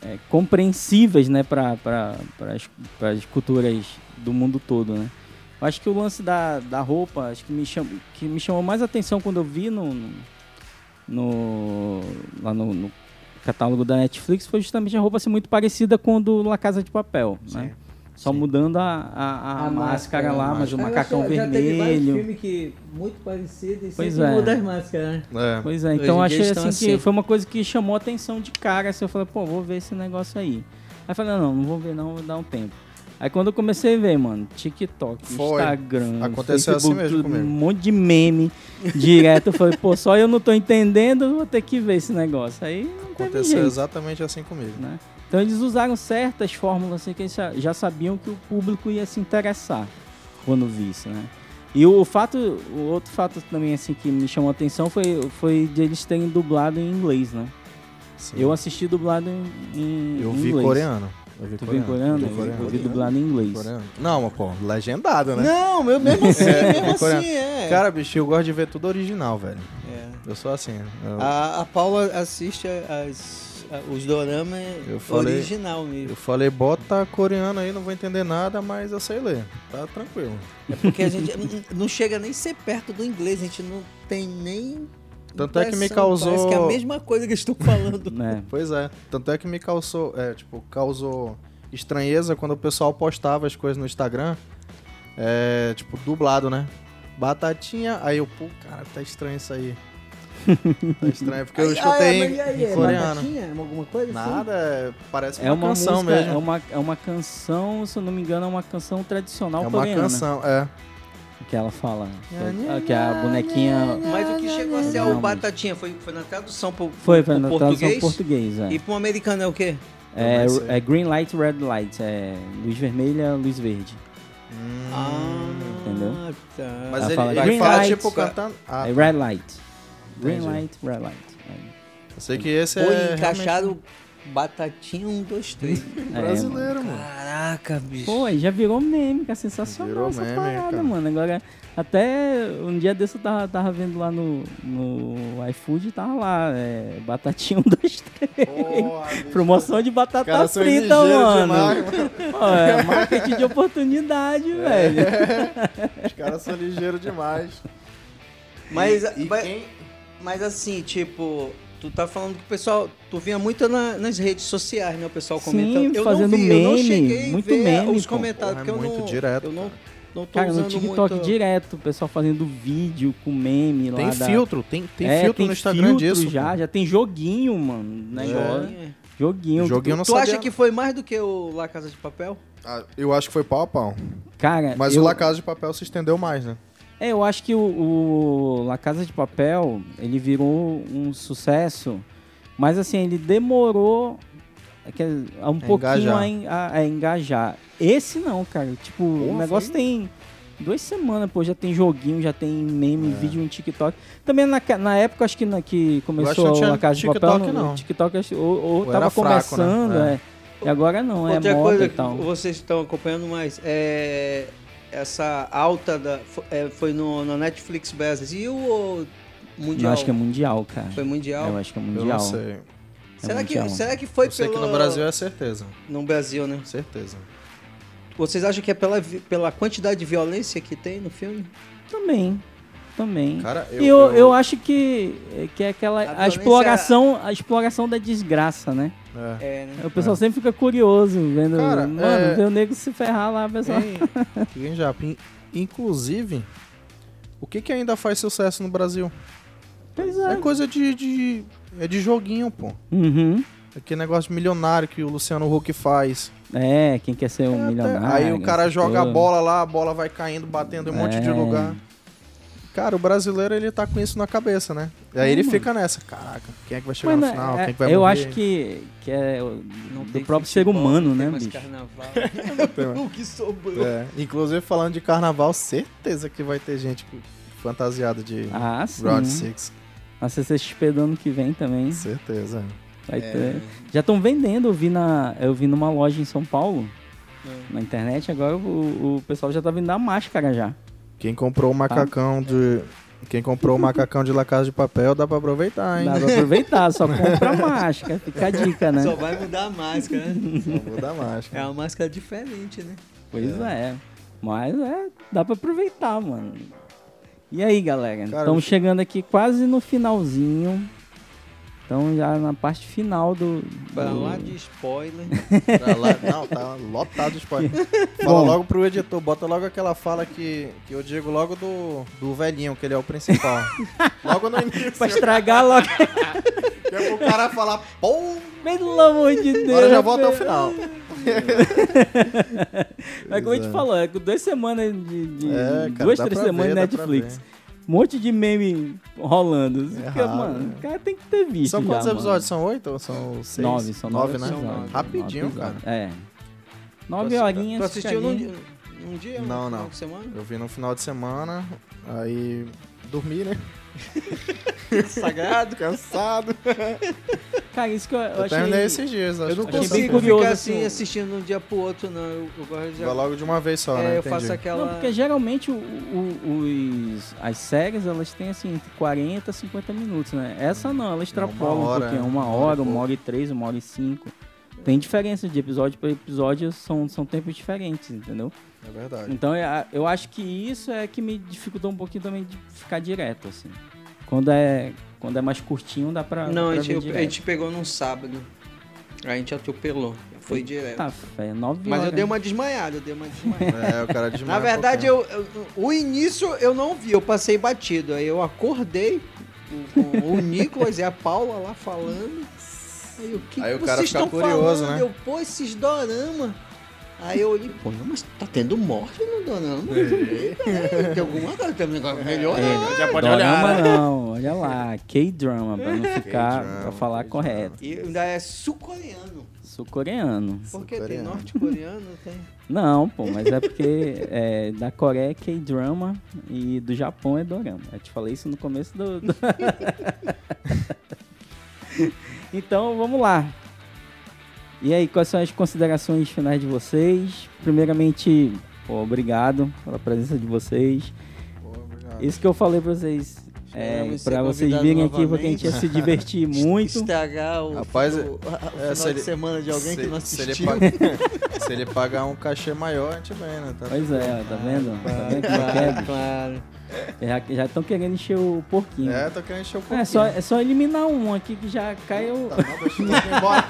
[SPEAKER 1] é, compreensíveis, né, para as culturas do mundo todo, né? Eu acho que o lance da, da roupa, acho que me, cham, que me chamou mais atenção quando eu vi no, no, lá no, no catálogo da Netflix foi justamente a roupa ser muito parecida com a do La Casa de Papel, né? Só
[SPEAKER 3] Sim.
[SPEAKER 1] mudando a, a, a, máscara, lá, mas o macacão vermelho.
[SPEAKER 4] filme que muito parecido e
[SPEAKER 1] Pois sempre é. muda as
[SPEAKER 4] máscaras. né?
[SPEAKER 3] É.
[SPEAKER 1] Pois é,
[SPEAKER 4] Hoje
[SPEAKER 1] então eu
[SPEAKER 4] em dia
[SPEAKER 1] achei assim,
[SPEAKER 4] estão
[SPEAKER 1] que
[SPEAKER 4] assim.
[SPEAKER 1] foi uma coisa que chamou a atenção de cara, assim, eu falei, pô, vou ver esse negócio aí. Aí eu falei, não, não vou ver não, vou dar um tempo. Aí quando eu comecei a ver, mano, TikTok,
[SPEAKER 3] Foi.
[SPEAKER 1] Instagram,
[SPEAKER 3] Aconteceu assim mesmo
[SPEAKER 1] tudo, um
[SPEAKER 3] comigo.
[SPEAKER 1] monte de meme direto. Eu falei, pô, só eu não tô entendendo, vou ter que ver esse negócio. Aí não teve
[SPEAKER 3] Aconteceu
[SPEAKER 1] jeito.
[SPEAKER 3] exatamente assim comigo.
[SPEAKER 1] né? Então eles usaram certas fórmulas assim, que eles já- já sabiam que o público ia se interessar quando visse, né? E o fato, o outro fato também assim que me chamou a atenção foi, foi de eles terem dublado em inglês, né?
[SPEAKER 3] Sim.
[SPEAKER 1] Eu assisti dublado em, em
[SPEAKER 3] Eu
[SPEAKER 1] em
[SPEAKER 3] vi
[SPEAKER 1] inglês.
[SPEAKER 3] coreano. Eu vi
[SPEAKER 1] Tu viu em coreano? Eu,
[SPEAKER 3] Eu vi
[SPEAKER 1] vi
[SPEAKER 3] coreano.
[SPEAKER 1] dublado em inglês.
[SPEAKER 3] Coreano. Não, mas pô, legendado, né?
[SPEAKER 4] Não, meu, mesmo assim,
[SPEAKER 3] É,
[SPEAKER 4] mesmo
[SPEAKER 3] coreano.
[SPEAKER 4] assim, é.
[SPEAKER 3] Cara, bicho, eu gosto de ver tudo original, velho.
[SPEAKER 4] É.
[SPEAKER 3] Eu sou assim. Eu,
[SPEAKER 4] A, a Paula assiste as, a- os doramas
[SPEAKER 3] Eu falei-
[SPEAKER 4] original mesmo.
[SPEAKER 3] eu falei, bota coreano aí, não vou entender nada, mas eu sei ler. Tá tranquilo.
[SPEAKER 4] É porque a gente n- não chega nem ser perto do inglês, a gente não tem nem.
[SPEAKER 3] Tanto é que me
[SPEAKER 4] impressão,
[SPEAKER 3] causou-
[SPEAKER 4] Parece que é a mesma coisa que eles estão falando.
[SPEAKER 1] Né?
[SPEAKER 3] Pois é. Tanto é que me causou, é, tipo, causou estranheza quando o pessoal postava as coisas no Instagram. É, tipo, dublado, né? Batatinha, aí eu, pô, cara, tá estranho isso aí. Tá estranho, porque eu
[SPEAKER 4] Aí- ah,
[SPEAKER 3] escutei
[SPEAKER 4] mas e aí,
[SPEAKER 3] em
[SPEAKER 4] é
[SPEAKER 3] coreano.
[SPEAKER 4] batatinha? Alguma coisa assim?
[SPEAKER 3] Nada, é- parece
[SPEAKER 1] É uma
[SPEAKER 3] canção
[SPEAKER 1] música,
[SPEAKER 3] mesmo.
[SPEAKER 1] é uma, é uma canção, se eu não me engano, é uma canção tradicional
[SPEAKER 3] É uma
[SPEAKER 1] coreana.
[SPEAKER 3] canção, é.
[SPEAKER 1] Que ela fala. Que é a bonequinha.
[SPEAKER 4] Mas o que chegou a ser
[SPEAKER 1] Não,
[SPEAKER 4] o
[SPEAKER 1] mas-
[SPEAKER 4] Batatinha foi, foi na tradução pro,
[SPEAKER 1] Foi,
[SPEAKER 4] pro
[SPEAKER 1] foi na tradução
[SPEAKER 4] português.
[SPEAKER 1] em português, é.
[SPEAKER 4] E pro americano é o quê?
[SPEAKER 1] É,
[SPEAKER 3] Mas, é.
[SPEAKER 1] é green light, red light. É luz vermelha, luz verde.
[SPEAKER 3] Hum.
[SPEAKER 4] Ah,
[SPEAKER 1] Entendeu?
[SPEAKER 4] Tá.
[SPEAKER 3] Mas
[SPEAKER 1] Ela
[SPEAKER 3] ele,
[SPEAKER 1] fala
[SPEAKER 3] ele
[SPEAKER 1] green
[SPEAKER 3] fala,
[SPEAKER 1] light,
[SPEAKER 3] tipo, cantando. Ah,
[SPEAKER 1] é red light. Green
[SPEAKER 3] Entendi.
[SPEAKER 1] light, red light. É,
[SPEAKER 3] eu sei que esse
[SPEAKER 4] Ou
[SPEAKER 3] é.
[SPEAKER 4] encaixaram Batatinha 1, 2, 3.
[SPEAKER 1] É,
[SPEAKER 3] Brasileiro, mano.
[SPEAKER 4] Caralho.
[SPEAKER 2] Caraca, bicho.
[SPEAKER 1] Pô, aí já virou meme, que é sensacional
[SPEAKER 3] Virou
[SPEAKER 1] essa
[SPEAKER 3] meme,
[SPEAKER 1] parada,
[SPEAKER 3] cara.
[SPEAKER 1] mano. Agora, até um dia desse eu tava, tava vendo lá no, no iFood, tava lá, é, batatinha 1, 2, 3.
[SPEAKER 4] Tá
[SPEAKER 3] Porra, bicho.
[SPEAKER 1] Promoção de batata
[SPEAKER 3] Cara, são
[SPEAKER 1] frita,
[SPEAKER 3] ligeiros
[SPEAKER 1] mano.
[SPEAKER 3] demais, mano.
[SPEAKER 1] Ó, é marketing de oportunidade,
[SPEAKER 3] É,
[SPEAKER 1] velho.
[SPEAKER 3] Os caras são ligeiros demais.
[SPEAKER 4] Mas,
[SPEAKER 3] E
[SPEAKER 1] É,
[SPEAKER 4] mas-
[SPEAKER 3] quem-
[SPEAKER 4] mas assim, tipo, tu tá falando que o pessoal. Tu vinha muito na- nas redes sociais, né? O pessoal
[SPEAKER 1] Sim,
[SPEAKER 4] comentando. Eu
[SPEAKER 1] fazendo
[SPEAKER 4] não vi, eu não
[SPEAKER 1] meme,
[SPEAKER 4] cheguei
[SPEAKER 1] muito
[SPEAKER 4] a ver
[SPEAKER 1] meme,
[SPEAKER 4] os
[SPEAKER 1] pô.
[SPEAKER 4] comentários,
[SPEAKER 3] Porra, é
[SPEAKER 4] porque eu
[SPEAKER 3] muito
[SPEAKER 4] não.
[SPEAKER 3] direto,
[SPEAKER 4] Eu não, não tô
[SPEAKER 1] Cara, no
[SPEAKER 4] usando
[SPEAKER 1] TikTok
[SPEAKER 4] muito...
[SPEAKER 1] direto, o pessoal fazendo vídeo com meme lá.
[SPEAKER 3] Tem
[SPEAKER 1] da-
[SPEAKER 3] filtro, tem, tem
[SPEAKER 1] É,
[SPEAKER 3] filtro
[SPEAKER 1] tem
[SPEAKER 3] no Instagram
[SPEAKER 1] filtro
[SPEAKER 3] disso.
[SPEAKER 1] já,
[SPEAKER 3] pô.
[SPEAKER 1] já tem joguinho, mano. Negócio.
[SPEAKER 4] É.
[SPEAKER 1] Joguinho.
[SPEAKER 3] Joguinho eu não
[SPEAKER 4] Tu
[SPEAKER 3] sabia.
[SPEAKER 4] acha que foi mais do que o La Casa de Papel?
[SPEAKER 3] Ah, eu acho que foi pau a pau.
[SPEAKER 1] Cara,
[SPEAKER 3] Mas
[SPEAKER 1] É, eu...
[SPEAKER 3] o La Casa de Papel se estendeu mais, né?
[SPEAKER 1] É, eu acho que o, o La Casa de Papel, ele virou um sucesso, mas assim, ele demorou é que é, um pouquinho
[SPEAKER 3] engajar.
[SPEAKER 1] a en- a, a engajar. Esse não, cara. Tipo, o
[SPEAKER 3] Porra,
[SPEAKER 1] negócio
[SPEAKER 3] foi?
[SPEAKER 1] tem duas semanas, pô, já tem joguinho, já tem
[SPEAKER 3] É.
[SPEAKER 1] meme, vídeo em TikTok. Também na, ca- na época, acho que, na, que começou
[SPEAKER 3] não tinha
[SPEAKER 1] o La Casa de
[SPEAKER 3] TikTok,
[SPEAKER 1] Papel, no-
[SPEAKER 3] não.
[SPEAKER 1] TikTok acho- ou, ou
[SPEAKER 3] Ou
[SPEAKER 1] tava
[SPEAKER 3] era fraco, né?
[SPEAKER 1] começando,
[SPEAKER 3] É.
[SPEAKER 1] é. E agora não, é
[SPEAKER 4] Outra
[SPEAKER 1] moda
[SPEAKER 4] coisa
[SPEAKER 1] e tal.
[SPEAKER 4] que vocês estão acompanhando mais é essa alta da fo- é, foi no, na Netflix Brasil ou mundial?
[SPEAKER 1] Eu acho que é mundial, cara.
[SPEAKER 4] Foi mundial.
[SPEAKER 1] Eu acho que é
[SPEAKER 3] Eu
[SPEAKER 1] mundial. É
[SPEAKER 3] não sei.
[SPEAKER 4] será que
[SPEAKER 1] mundial.
[SPEAKER 4] será que foi
[SPEAKER 3] eu sei
[SPEAKER 4] pelo
[SPEAKER 3] que no Brasil é certeza.
[SPEAKER 4] no Brasil, né?
[SPEAKER 3] Certeza.
[SPEAKER 4] Vocês acham que é pela vi- pela quantidade de violência que tem no filme?
[SPEAKER 1] Também. Também.
[SPEAKER 3] Cara, eu.
[SPEAKER 1] E eu, eu acho que, que é aquela a,
[SPEAKER 4] violência-
[SPEAKER 1] exploração, a exploração da desgraça, né?
[SPEAKER 3] É.
[SPEAKER 4] É, né?
[SPEAKER 1] O pessoal sempre fica curioso vendo,
[SPEAKER 3] Cara,
[SPEAKER 1] mano,
[SPEAKER 3] é-
[SPEAKER 1] ver o nego se ferrar lá, o
[SPEAKER 4] É.
[SPEAKER 1] pessoal.
[SPEAKER 3] Em- Fica em japa. In- Inclusive, o que, que ainda faz sucesso no Brasil?
[SPEAKER 1] Pois
[SPEAKER 3] É
[SPEAKER 1] é.
[SPEAKER 3] coisa de. de é de joguinho, pô. É
[SPEAKER 1] Uhum.
[SPEAKER 3] Aquele negócio de milionário que o Luciano Huck faz.
[SPEAKER 1] É, quem quer ser um
[SPEAKER 3] Até-
[SPEAKER 1] milionário.
[SPEAKER 3] Aí o cara
[SPEAKER 1] essas
[SPEAKER 3] joga a
[SPEAKER 1] coisas.
[SPEAKER 3] bola lá, a bola vai caindo, batendo em um monte de
[SPEAKER 1] É.
[SPEAKER 3] lugar. Cara, o brasileiro ele tá com isso na cabeça, né? E aí ele fica nessa, caraca, quem é que vai chegar
[SPEAKER 1] É, Mas, né,
[SPEAKER 3] no final?
[SPEAKER 1] é-
[SPEAKER 3] quem é que vai
[SPEAKER 1] eu
[SPEAKER 3] morrer?
[SPEAKER 1] acho que, que é o-
[SPEAKER 4] Não
[SPEAKER 1] do
[SPEAKER 4] tem
[SPEAKER 1] próprio ser
[SPEAKER 4] futebol,
[SPEAKER 1] humano,
[SPEAKER 4] não tem
[SPEAKER 1] né,
[SPEAKER 4] mais
[SPEAKER 1] bicho?
[SPEAKER 4] carnaval.
[SPEAKER 3] mais.
[SPEAKER 4] o que sobrou?
[SPEAKER 3] É, inclusive falando de carnaval, certeza que vai ter gente com- fantasiada de
[SPEAKER 1] Ah, sim.
[SPEAKER 3] Round Six.
[SPEAKER 1] Na CCXP do ano que vem também.
[SPEAKER 3] Certeza.
[SPEAKER 1] Vai
[SPEAKER 3] É.
[SPEAKER 1] ter. é- Já estão vendendo, eu vi, na, eu vi numa loja em São Paulo,
[SPEAKER 4] É.
[SPEAKER 1] na internet, agora o, o pessoal já tá vindo da máscara já.
[SPEAKER 3] Quem comprou o
[SPEAKER 1] Ah.
[SPEAKER 3] macacão de. Quem comprou o macacão de La Casa de Papel dá pra aproveitar, hein?
[SPEAKER 1] Dá pra aproveitar, só compra a máscara, fica a dica, né?
[SPEAKER 4] Só vai mudar a máscara, né?
[SPEAKER 3] Só vou dar
[SPEAKER 4] É
[SPEAKER 3] máscara.
[SPEAKER 4] uma máscara diferente, né?
[SPEAKER 1] Pois é. Mas é, dá pra aproveitar, mano. E aí, galera?
[SPEAKER 3] Cara,
[SPEAKER 1] Estamos
[SPEAKER 3] eu-
[SPEAKER 1] chegando aqui quase no finalzinho. Então já na parte final do.
[SPEAKER 4] Pra
[SPEAKER 1] do-
[SPEAKER 4] lá de spoiler.
[SPEAKER 3] Pra lá- não, tá lotado de spoiler. Fala logo pro editor, bota logo aquela fala que, que eu digo logo do, do velhinho, que ele é o principal. logo no início,
[SPEAKER 1] Pra estragar logo.
[SPEAKER 3] que é pro cara falar, pô,
[SPEAKER 1] Pelo amor de Deus.
[SPEAKER 3] agora já volta ao final.
[SPEAKER 1] Mas como a gente
[SPEAKER 3] Exato.
[SPEAKER 1] falou, é com duas semanas de. de-
[SPEAKER 3] É, cara,
[SPEAKER 1] duas,
[SPEAKER 3] dá
[SPEAKER 1] três
[SPEAKER 3] pra
[SPEAKER 1] semanas de
[SPEAKER 3] ver, dá pra
[SPEAKER 1] Netflix.
[SPEAKER 3] ver.
[SPEAKER 1] Um monte de meme rolando.
[SPEAKER 3] É
[SPEAKER 1] Fica,
[SPEAKER 3] raro,
[SPEAKER 1] mano,
[SPEAKER 3] né?
[SPEAKER 1] o cara tem que ter visto.
[SPEAKER 3] São quantos
[SPEAKER 1] já, mano.
[SPEAKER 3] episódios? São oito ou são seis?
[SPEAKER 1] Nove, são nove,
[SPEAKER 3] né?
[SPEAKER 1] episódios.
[SPEAKER 4] Nove,
[SPEAKER 3] Rapidinho,
[SPEAKER 1] nove
[SPEAKER 3] cara.
[SPEAKER 1] episódios, É. Nove
[SPEAKER 3] Nossa,
[SPEAKER 1] horinhas.
[SPEAKER 4] Tu
[SPEAKER 1] fica
[SPEAKER 3] um
[SPEAKER 4] assistiu num,
[SPEAKER 1] ali.
[SPEAKER 4] dia- num dia?
[SPEAKER 3] Não,
[SPEAKER 4] um
[SPEAKER 3] não.
[SPEAKER 4] final de semana?
[SPEAKER 3] Eu vi no final de semana, aí dormi, né?
[SPEAKER 4] Sagrado.
[SPEAKER 3] Cansado.
[SPEAKER 1] Cara, isso que eu, Ah, eu
[SPEAKER 3] Eu
[SPEAKER 1] achei...
[SPEAKER 3] terminei esses dias, acho.
[SPEAKER 4] Eu não
[SPEAKER 3] que-
[SPEAKER 1] Achei bem
[SPEAKER 4] consigo
[SPEAKER 1] curioso,
[SPEAKER 4] ficar
[SPEAKER 1] assim,
[SPEAKER 4] assim
[SPEAKER 1] o-
[SPEAKER 4] assistindo de um dia pro outro, não. Eu, eu gosto de.
[SPEAKER 3] Vai logo de uma vez só,
[SPEAKER 4] é,
[SPEAKER 3] né?
[SPEAKER 4] eu
[SPEAKER 3] Entendi.
[SPEAKER 4] faço aquela.
[SPEAKER 1] Não, porque geralmente o- o- os, as séries, elas têm, assim, entre 40 e 50 minutos, né? Essa não, ela extrapola um
[SPEAKER 3] hora,
[SPEAKER 1] pouquinho.
[SPEAKER 3] é.
[SPEAKER 1] Uma
[SPEAKER 3] Uma
[SPEAKER 1] hora,
[SPEAKER 3] hora e
[SPEAKER 1] uma hora e três, uma hora e cinco. Tem diferença de episódio para episódio, são, são tempos diferentes, entendeu?
[SPEAKER 3] É verdade.
[SPEAKER 1] Então é- eu acho que isso é que me dificultou um pouquinho também de ficar direto, assim. Quando é, quando é mais curtinho, dá pra.
[SPEAKER 4] Não, a
[SPEAKER 1] pra
[SPEAKER 4] gente,
[SPEAKER 1] ver
[SPEAKER 4] eu- a
[SPEAKER 1] direto.
[SPEAKER 4] gente pegou num sábado. Aí a gente atropelou. Foi direto.
[SPEAKER 1] Tá, fé, nove
[SPEAKER 4] Mas eu
[SPEAKER 1] horas.
[SPEAKER 4] dei uma desmaiada, eu dei uma desmaiada.
[SPEAKER 3] É, o cara desmaia
[SPEAKER 4] Na
[SPEAKER 3] um
[SPEAKER 4] verdade,
[SPEAKER 3] pouquinho.
[SPEAKER 4] eu, eu- o início eu não vi, eu passei batido. Aí eu acordei com com o Nicolas e a Paula lá falando. Aí o que
[SPEAKER 3] Aí o
[SPEAKER 4] que
[SPEAKER 3] cara
[SPEAKER 4] vocês
[SPEAKER 3] fica
[SPEAKER 4] estão
[SPEAKER 3] curioso,
[SPEAKER 4] falando?
[SPEAKER 3] né?
[SPEAKER 4] Eu, pô, esses dorama. Aí eu olhei, pô, não, mas tá tendo morte no dorama. É. Tem alguma coisa, tem um negócio melhor.
[SPEAKER 1] É,
[SPEAKER 3] É.
[SPEAKER 5] Já pode
[SPEAKER 1] Dorama
[SPEAKER 5] olhar. né?
[SPEAKER 1] não, olha lá, K-drama, pra não ficar,
[SPEAKER 3] K-drama,
[SPEAKER 1] pra falar
[SPEAKER 3] K-drama.
[SPEAKER 1] correto.
[SPEAKER 4] E ainda é sul-coreano.
[SPEAKER 1] Sou coreano.
[SPEAKER 4] Porque tem
[SPEAKER 3] Sul-coreano.
[SPEAKER 4] norte-coreano, tem.
[SPEAKER 1] Não, pô, mas é porque é, da Coreia é K-drama e do Japão é dorama. Eu te falei isso no começo do... do- então, vamos lá. E aí, quais são as considerações finais de vocês? Primeiramente, pô, obrigado pela presença de vocês.
[SPEAKER 3] Pô, obrigado.
[SPEAKER 1] Isso que eu falei pra vocês, é,
[SPEAKER 4] Esperamos ser
[SPEAKER 1] pra vocês
[SPEAKER 4] convidados
[SPEAKER 1] virem aqui, porque a
[SPEAKER 4] novamente.
[SPEAKER 1] gente ia se divertir muito.
[SPEAKER 4] Estragar o,
[SPEAKER 3] Rapaz,
[SPEAKER 4] o- o final
[SPEAKER 3] se ele-
[SPEAKER 4] de semana é de alguém que não assistiu.
[SPEAKER 3] Se ele, pa- se ele pagar um cachê maior, a gente vem, né? Tá-
[SPEAKER 1] Pois é, ó, tá vendo? Tá vendo como é que é,
[SPEAKER 4] Claro, claro.
[SPEAKER 1] bicho? Já- Já estão querendo encher o porquinho.
[SPEAKER 3] É, tô querendo encher o
[SPEAKER 1] É
[SPEAKER 3] pouquinho.
[SPEAKER 1] só, é só eliminar um aqui que já caiu.
[SPEAKER 3] Tá, não, deixa eu ir embora.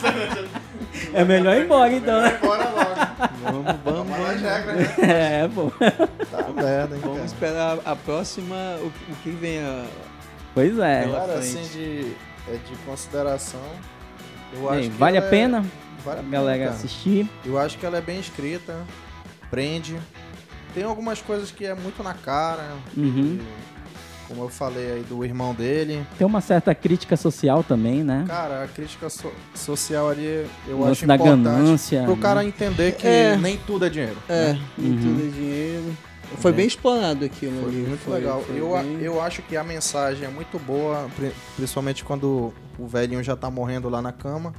[SPEAKER 1] É melhor ir embora
[SPEAKER 3] Tá
[SPEAKER 1] então. né?
[SPEAKER 3] Bora logo.
[SPEAKER 4] Vamos, vamos,
[SPEAKER 3] Vamos lá,
[SPEAKER 4] vamos.
[SPEAKER 3] regra, né?
[SPEAKER 1] É, pô.
[SPEAKER 3] Tá merda, hein,
[SPEAKER 4] Vamos
[SPEAKER 3] cara.
[SPEAKER 4] esperar a próxima, o, o que vem a...
[SPEAKER 1] Pois é.
[SPEAKER 4] pela
[SPEAKER 3] Cara,
[SPEAKER 4] frente.
[SPEAKER 3] assim, de, é de consideração, eu
[SPEAKER 1] Bem,
[SPEAKER 3] acho que
[SPEAKER 1] vale a
[SPEAKER 3] ela é-
[SPEAKER 1] pena
[SPEAKER 3] vale
[SPEAKER 1] a
[SPEAKER 3] a pena,
[SPEAKER 1] galera
[SPEAKER 3] cara.
[SPEAKER 1] assistir.
[SPEAKER 3] Eu acho que ela é bem escrita, prende. Tem algumas coisas que é muito na cara,
[SPEAKER 1] Uhum.
[SPEAKER 3] e, como eu falei aí do irmão dele.
[SPEAKER 1] Tem uma certa crítica social também, né?
[SPEAKER 3] Cara, a crítica so- social ali eu
[SPEAKER 1] O lance
[SPEAKER 3] acho
[SPEAKER 1] da
[SPEAKER 3] importante.
[SPEAKER 1] ganância,
[SPEAKER 3] Pro
[SPEAKER 1] né?
[SPEAKER 3] cara entender que
[SPEAKER 4] É.
[SPEAKER 3] nem tudo é dinheiro.
[SPEAKER 4] É, nem
[SPEAKER 1] Uhum.
[SPEAKER 4] tudo é dinheiro. Foi bem explorado aquilo
[SPEAKER 3] né, Foi
[SPEAKER 4] ali.
[SPEAKER 3] muito
[SPEAKER 4] foi-
[SPEAKER 3] legal.
[SPEAKER 4] foi
[SPEAKER 3] eu, a-
[SPEAKER 4] bem-
[SPEAKER 3] eu acho que a mensagem é muito boa, pri- principalmente quando o velhinho já tá morrendo lá na cama.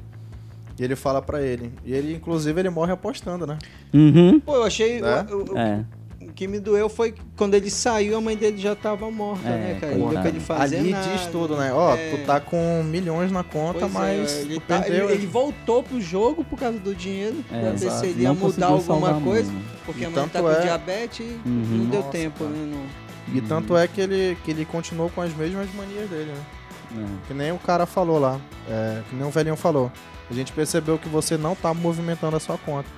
[SPEAKER 3] E ele fala pra ele. E ele, inclusive, ele morre apostando, né?
[SPEAKER 1] Uhum.
[SPEAKER 4] Pô, eu achei...
[SPEAKER 3] Né?
[SPEAKER 4] o- o-
[SPEAKER 1] É.
[SPEAKER 4] O que me doeu foi quando ele saiu, a mãe dele já tava morta,
[SPEAKER 1] É,
[SPEAKER 4] né, cara?
[SPEAKER 1] coitado.
[SPEAKER 4] Não deu pra ele fazer
[SPEAKER 3] Ali
[SPEAKER 4] nada.
[SPEAKER 3] diz tudo, né? Ó,
[SPEAKER 4] É.
[SPEAKER 3] tu tá com milhões na
[SPEAKER 4] Pois
[SPEAKER 3] conta,
[SPEAKER 4] é,
[SPEAKER 3] mas
[SPEAKER 4] ele,
[SPEAKER 3] tu
[SPEAKER 4] tá-
[SPEAKER 3] perdeu.
[SPEAKER 4] ele- ele voltou pro jogo por causa do dinheiro,
[SPEAKER 1] É,
[SPEAKER 4] pra ver
[SPEAKER 3] exato.
[SPEAKER 4] se ele ia
[SPEAKER 1] Não
[SPEAKER 4] mudar
[SPEAKER 1] conseguiu salvar
[SPEAKER 4] alguma
[SPEAKER 1] a
[SPEAKER 4] coisa,
[SPEAKER 1] mãe. né?
[SPEAKER 4] porque
[SPEAKER 3] E
[SPEAKER 4] a mãe tá
[SPEAKER 3] tanto
[SPEAKER 4] com
[SPEAKER 3] é-
[SPEAKER 4] diabetes e
[SPEAKER 1] Uhum.
[SPEAKER 4] não deu
[SPEAKER 3] Nossa,
[SPEAKER 4] tempo,
[SPEAKER 3] cara.
[SPEAKER 4] né? não.
[SPEAKER 3] E tanto é que ele, que ele continuou com as mesmas manias dele, né?
[SPEAKER 1] É.
[SPEAKER 3] Que nem o cara falou lá. é, que nem o velhinho falou. A gente percebeu que você não tá movimentando a sua conta.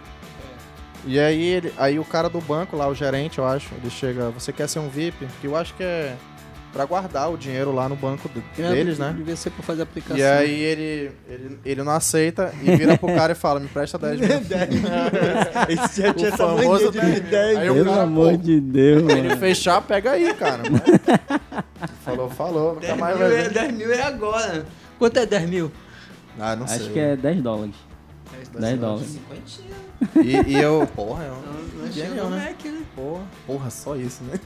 [SPEAKER 3] E aí, ele, aí o cara do banco lá, o gerente, eu acho, ele chega, você quer ser um VIP? Que eu acho que é pra guardar o dinheiro lá no banco de-
[SPEAKER 4] Era-
[SPEAKER 3] deles, né?
[SPEAKER 4] Devia ser pra fazer aplicação.
[SPEAKER 3] E aí ele, ele, ele não aceita e vira pro cara e fala, me presta 10 mil.
[SPEAKER 4] Esse já
[SPEAKER 3] O famoso
[SPEAKER 4] É.
[SPEAKER 3] 10 Aí o
[SPEAKER 1] Pelo
[SPEAKER 3] cara,
[SPEAKER 1] amor
[SPEAKER 3] pô,
[SPEAKER 1] de Deus, mano.
[SPEAKER 3] ele fechar, pega aí, cara. falou, falou, nunca
[SPEAKER 4] 10
[SPEAKER 3] Tá mais
[SPEAKER 4] mil,
[SPEAKER 3] vai
[SPEAKER 4] é,
[SPEAKER 3] ver.
[SPEAKER 4] 10 mil é agora. Quanto é 10 mil?
[SPEAKER 3] Ah, não
[SPEAKER 1] Acho
[SPEAKER 3] sei.
[SPEAKER 1] que é 10 dólares. 10 dólares.
[SPEAKER 4] 50
[SPEAKER 3] E, e eu, porra, eu...
[SPEAKER 4] Não, não
[SPEAKER 3] Ninguém
[SPEAKER 4] achei
[SPEAKER 3] não,
[SPEAKER 4] no
[SPEAKER 3] né?
[SPEAKER 4] Mac, né?
[SPEAKER 3] Porra, porra, só isso, né?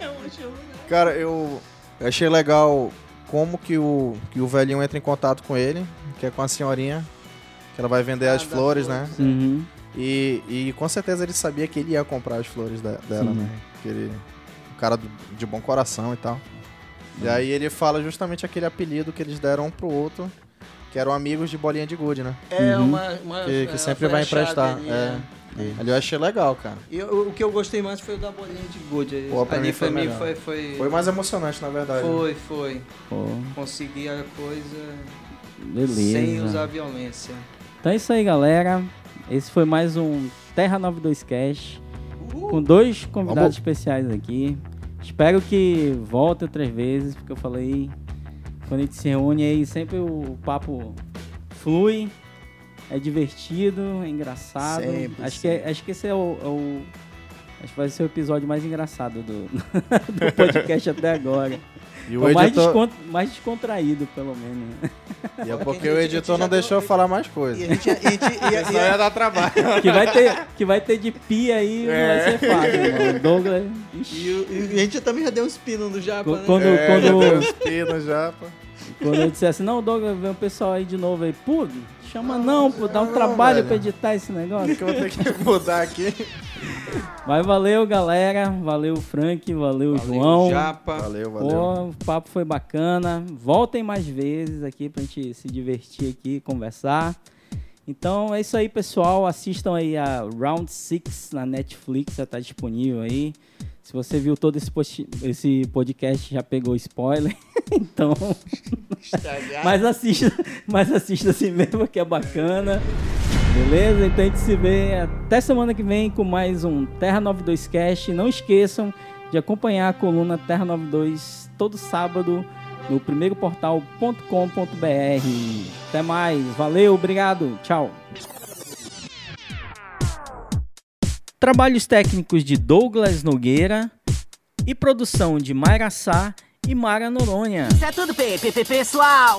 [SPEAKER 4] É, Não um achei no Mac.
[SPEAKER 3] Cara, eu achei legal como que o, que o velhinho entra em contato com ele, que é com a senhorinha, que ela vai vender
[SPEAKER 4] Ah,
[SPEAKER 3] as
[SPEAKER 4] das
[SPEAKER 3] flores, né?
[SPEAKER 4] flores.
[SPEAKER 1] Uhum.
[SPEAKER 3] E, e com certeza ele sabia que ele ia comprar as flores da- dela,
[SPEAKER 1] Sim.
[SPEAKER 3] né? Que ele, um cara do- de bom coração e tal. E aí ele fala justamente aquele apelido que eles deram um pro outro, que eram amigos de bolinha de gude, né?
[SPEAKER 4] É
[SPEAKER 1] Uhum.
[SPEAKER 4] uma, uma-
[SPEAKER 3] Que, que
[SPEAKER 4] é,
[SPEAKER 3] sempre
[SPEAKER 4] foi a
[SPEAKER 3] vai
[SPEAKER 4] chave
[SPEAKER 3] emprestar.
[SPEAKER 4] ali,
[SPEAKER 3] é.
[SPEAKER 4] né?
[SPEAKER 3] Ali eu achei legal, cara.
[SPEAKER 4] E o, o que eu gostei mais foi o da bolinha de gude.
[SPEAKER 3] Pô, pra
[SPEAKER 4] ali
[SPEAKER 3] mim foi
[SPEAKER 4] pra mim
[SPEAKER 3] melhor.
[SPEAKER 4] foi, foi,
[SPEAKER 3] Foi mais emocionante, na verdade. né?
[SPEAKER 4] foi, foi.
[SPEAKER 1] Pô,
[SPEAKER 4] Consegui a coisa
[SPEAKER 1] beleza.
[SPEAKER 4] sem usar violência.
[SPEAKER 1] Então é isso aí, galera. Esse foi mais um Terra 92 Cash.
[SPEAKER 4] Uhul.
[SPEAKER 1] Com dois convidados
[SPEAKER 3] Vamos.
[SPEAKER 1] especiais aqui. Espero que volte outras vezes, porque eu falei. Quando a gente se reúne aí, sempre o papo flui. É divertido, é engraçado.
[SPEAKER 4] Sempre,
[SPEAKER 1] acho, que, é- acho que esse é o, é o- Acho que vai ser o episódio mais engraçado do, do podcast até agora.
[SPEAKER 3] E
[SPEAKER 1] É
[SPEAKER 3] o
[SPEAKER 1] o mais,
[SPEAKER 3] editor...
[SPEAKER 1] descon- mais descontraído, pelo menos. né?
[SPEAKER 3] E é
[SPEAKER 4] Só que
[SPEAKER 3] porque o
[SPEAKER 4] a gente- a gente
[SPEAKER 3] editor
[SPEAKER 4] já
[SPEAKER 3] não deixou eu
[SPEAKER 4] deu-
[SPEAKER 3] falar mais coisa.
[SPEAKER 4] E a gente. e a gente- e a-
[SPEAKER 3] Senão
[SPEAKER 4] e a-
[SPEAKER 3] ia dar trabalho.
[SPEAKER 1] Que vai ter, que vai ter de pia aí,
[SPEAKER 3] É.
[SPEAKER 1] não vai ser fácil, mano. Douglas. ixi,
[SPEAKER 4] e o- e a gente também já deu uns pinos do Japa,
[SPEAKER 1] Qu-
[SPEAKER 4] né?
[SPEAKER 1] quando,
[SPEAKER 3] É, já
[SPEAKER 1] quando,
[SPEAKER 3] deu uns pinos já, pô.
[SPEAKER 1] quando eu dissesse, não, Douglas, vem o pessoal aí de novo aí, pô, chama não, pô, dá um
[SPEAKER 3] não,
[SPEAKER 1] trabalho
[SPEAKER 3] velho.
[SPEAKER 1] pra editar esse negócio.
[SPEAKER 3] que eu vou ter que mudar aqui.
[SPEAKER 1] Mas valeu, galera. Valeu, Frank. Valeu,
[SPEAKER 4] Valeu,
[SPEAKER 1] João.
[SPEAKER 4] Japa.
[SPEAKER 3] Valeu, valeu.
[SPEAKER 1] Pô, o papo foi bacana. Voltem mais vezes aqui pra gente se divertir aqui, conversar. Então é isso aí, pessoal. Assistam aí a Round 6 na Netflix, já tá disponível aí. Se você viu todo esse, post- esse podcast, já pegou spoiler. então, mas assista, mas assista assim mesmo, que é bacana. Beleza? Então a gente se vê até semana que vem com mais um Terra 92 Cast. Não esqueçam de acompanhar a coluna Terra 92 todo sábado no primeiroportal.com.br. Até mais, valeu, obrigado, tchau. Trabalhos técnicos de Douglas Nogueira e produção de Mayra Sá e Mara Noronha.
[SPEAKER 5] Isso é tudo, pe- pe- pe- pessoal!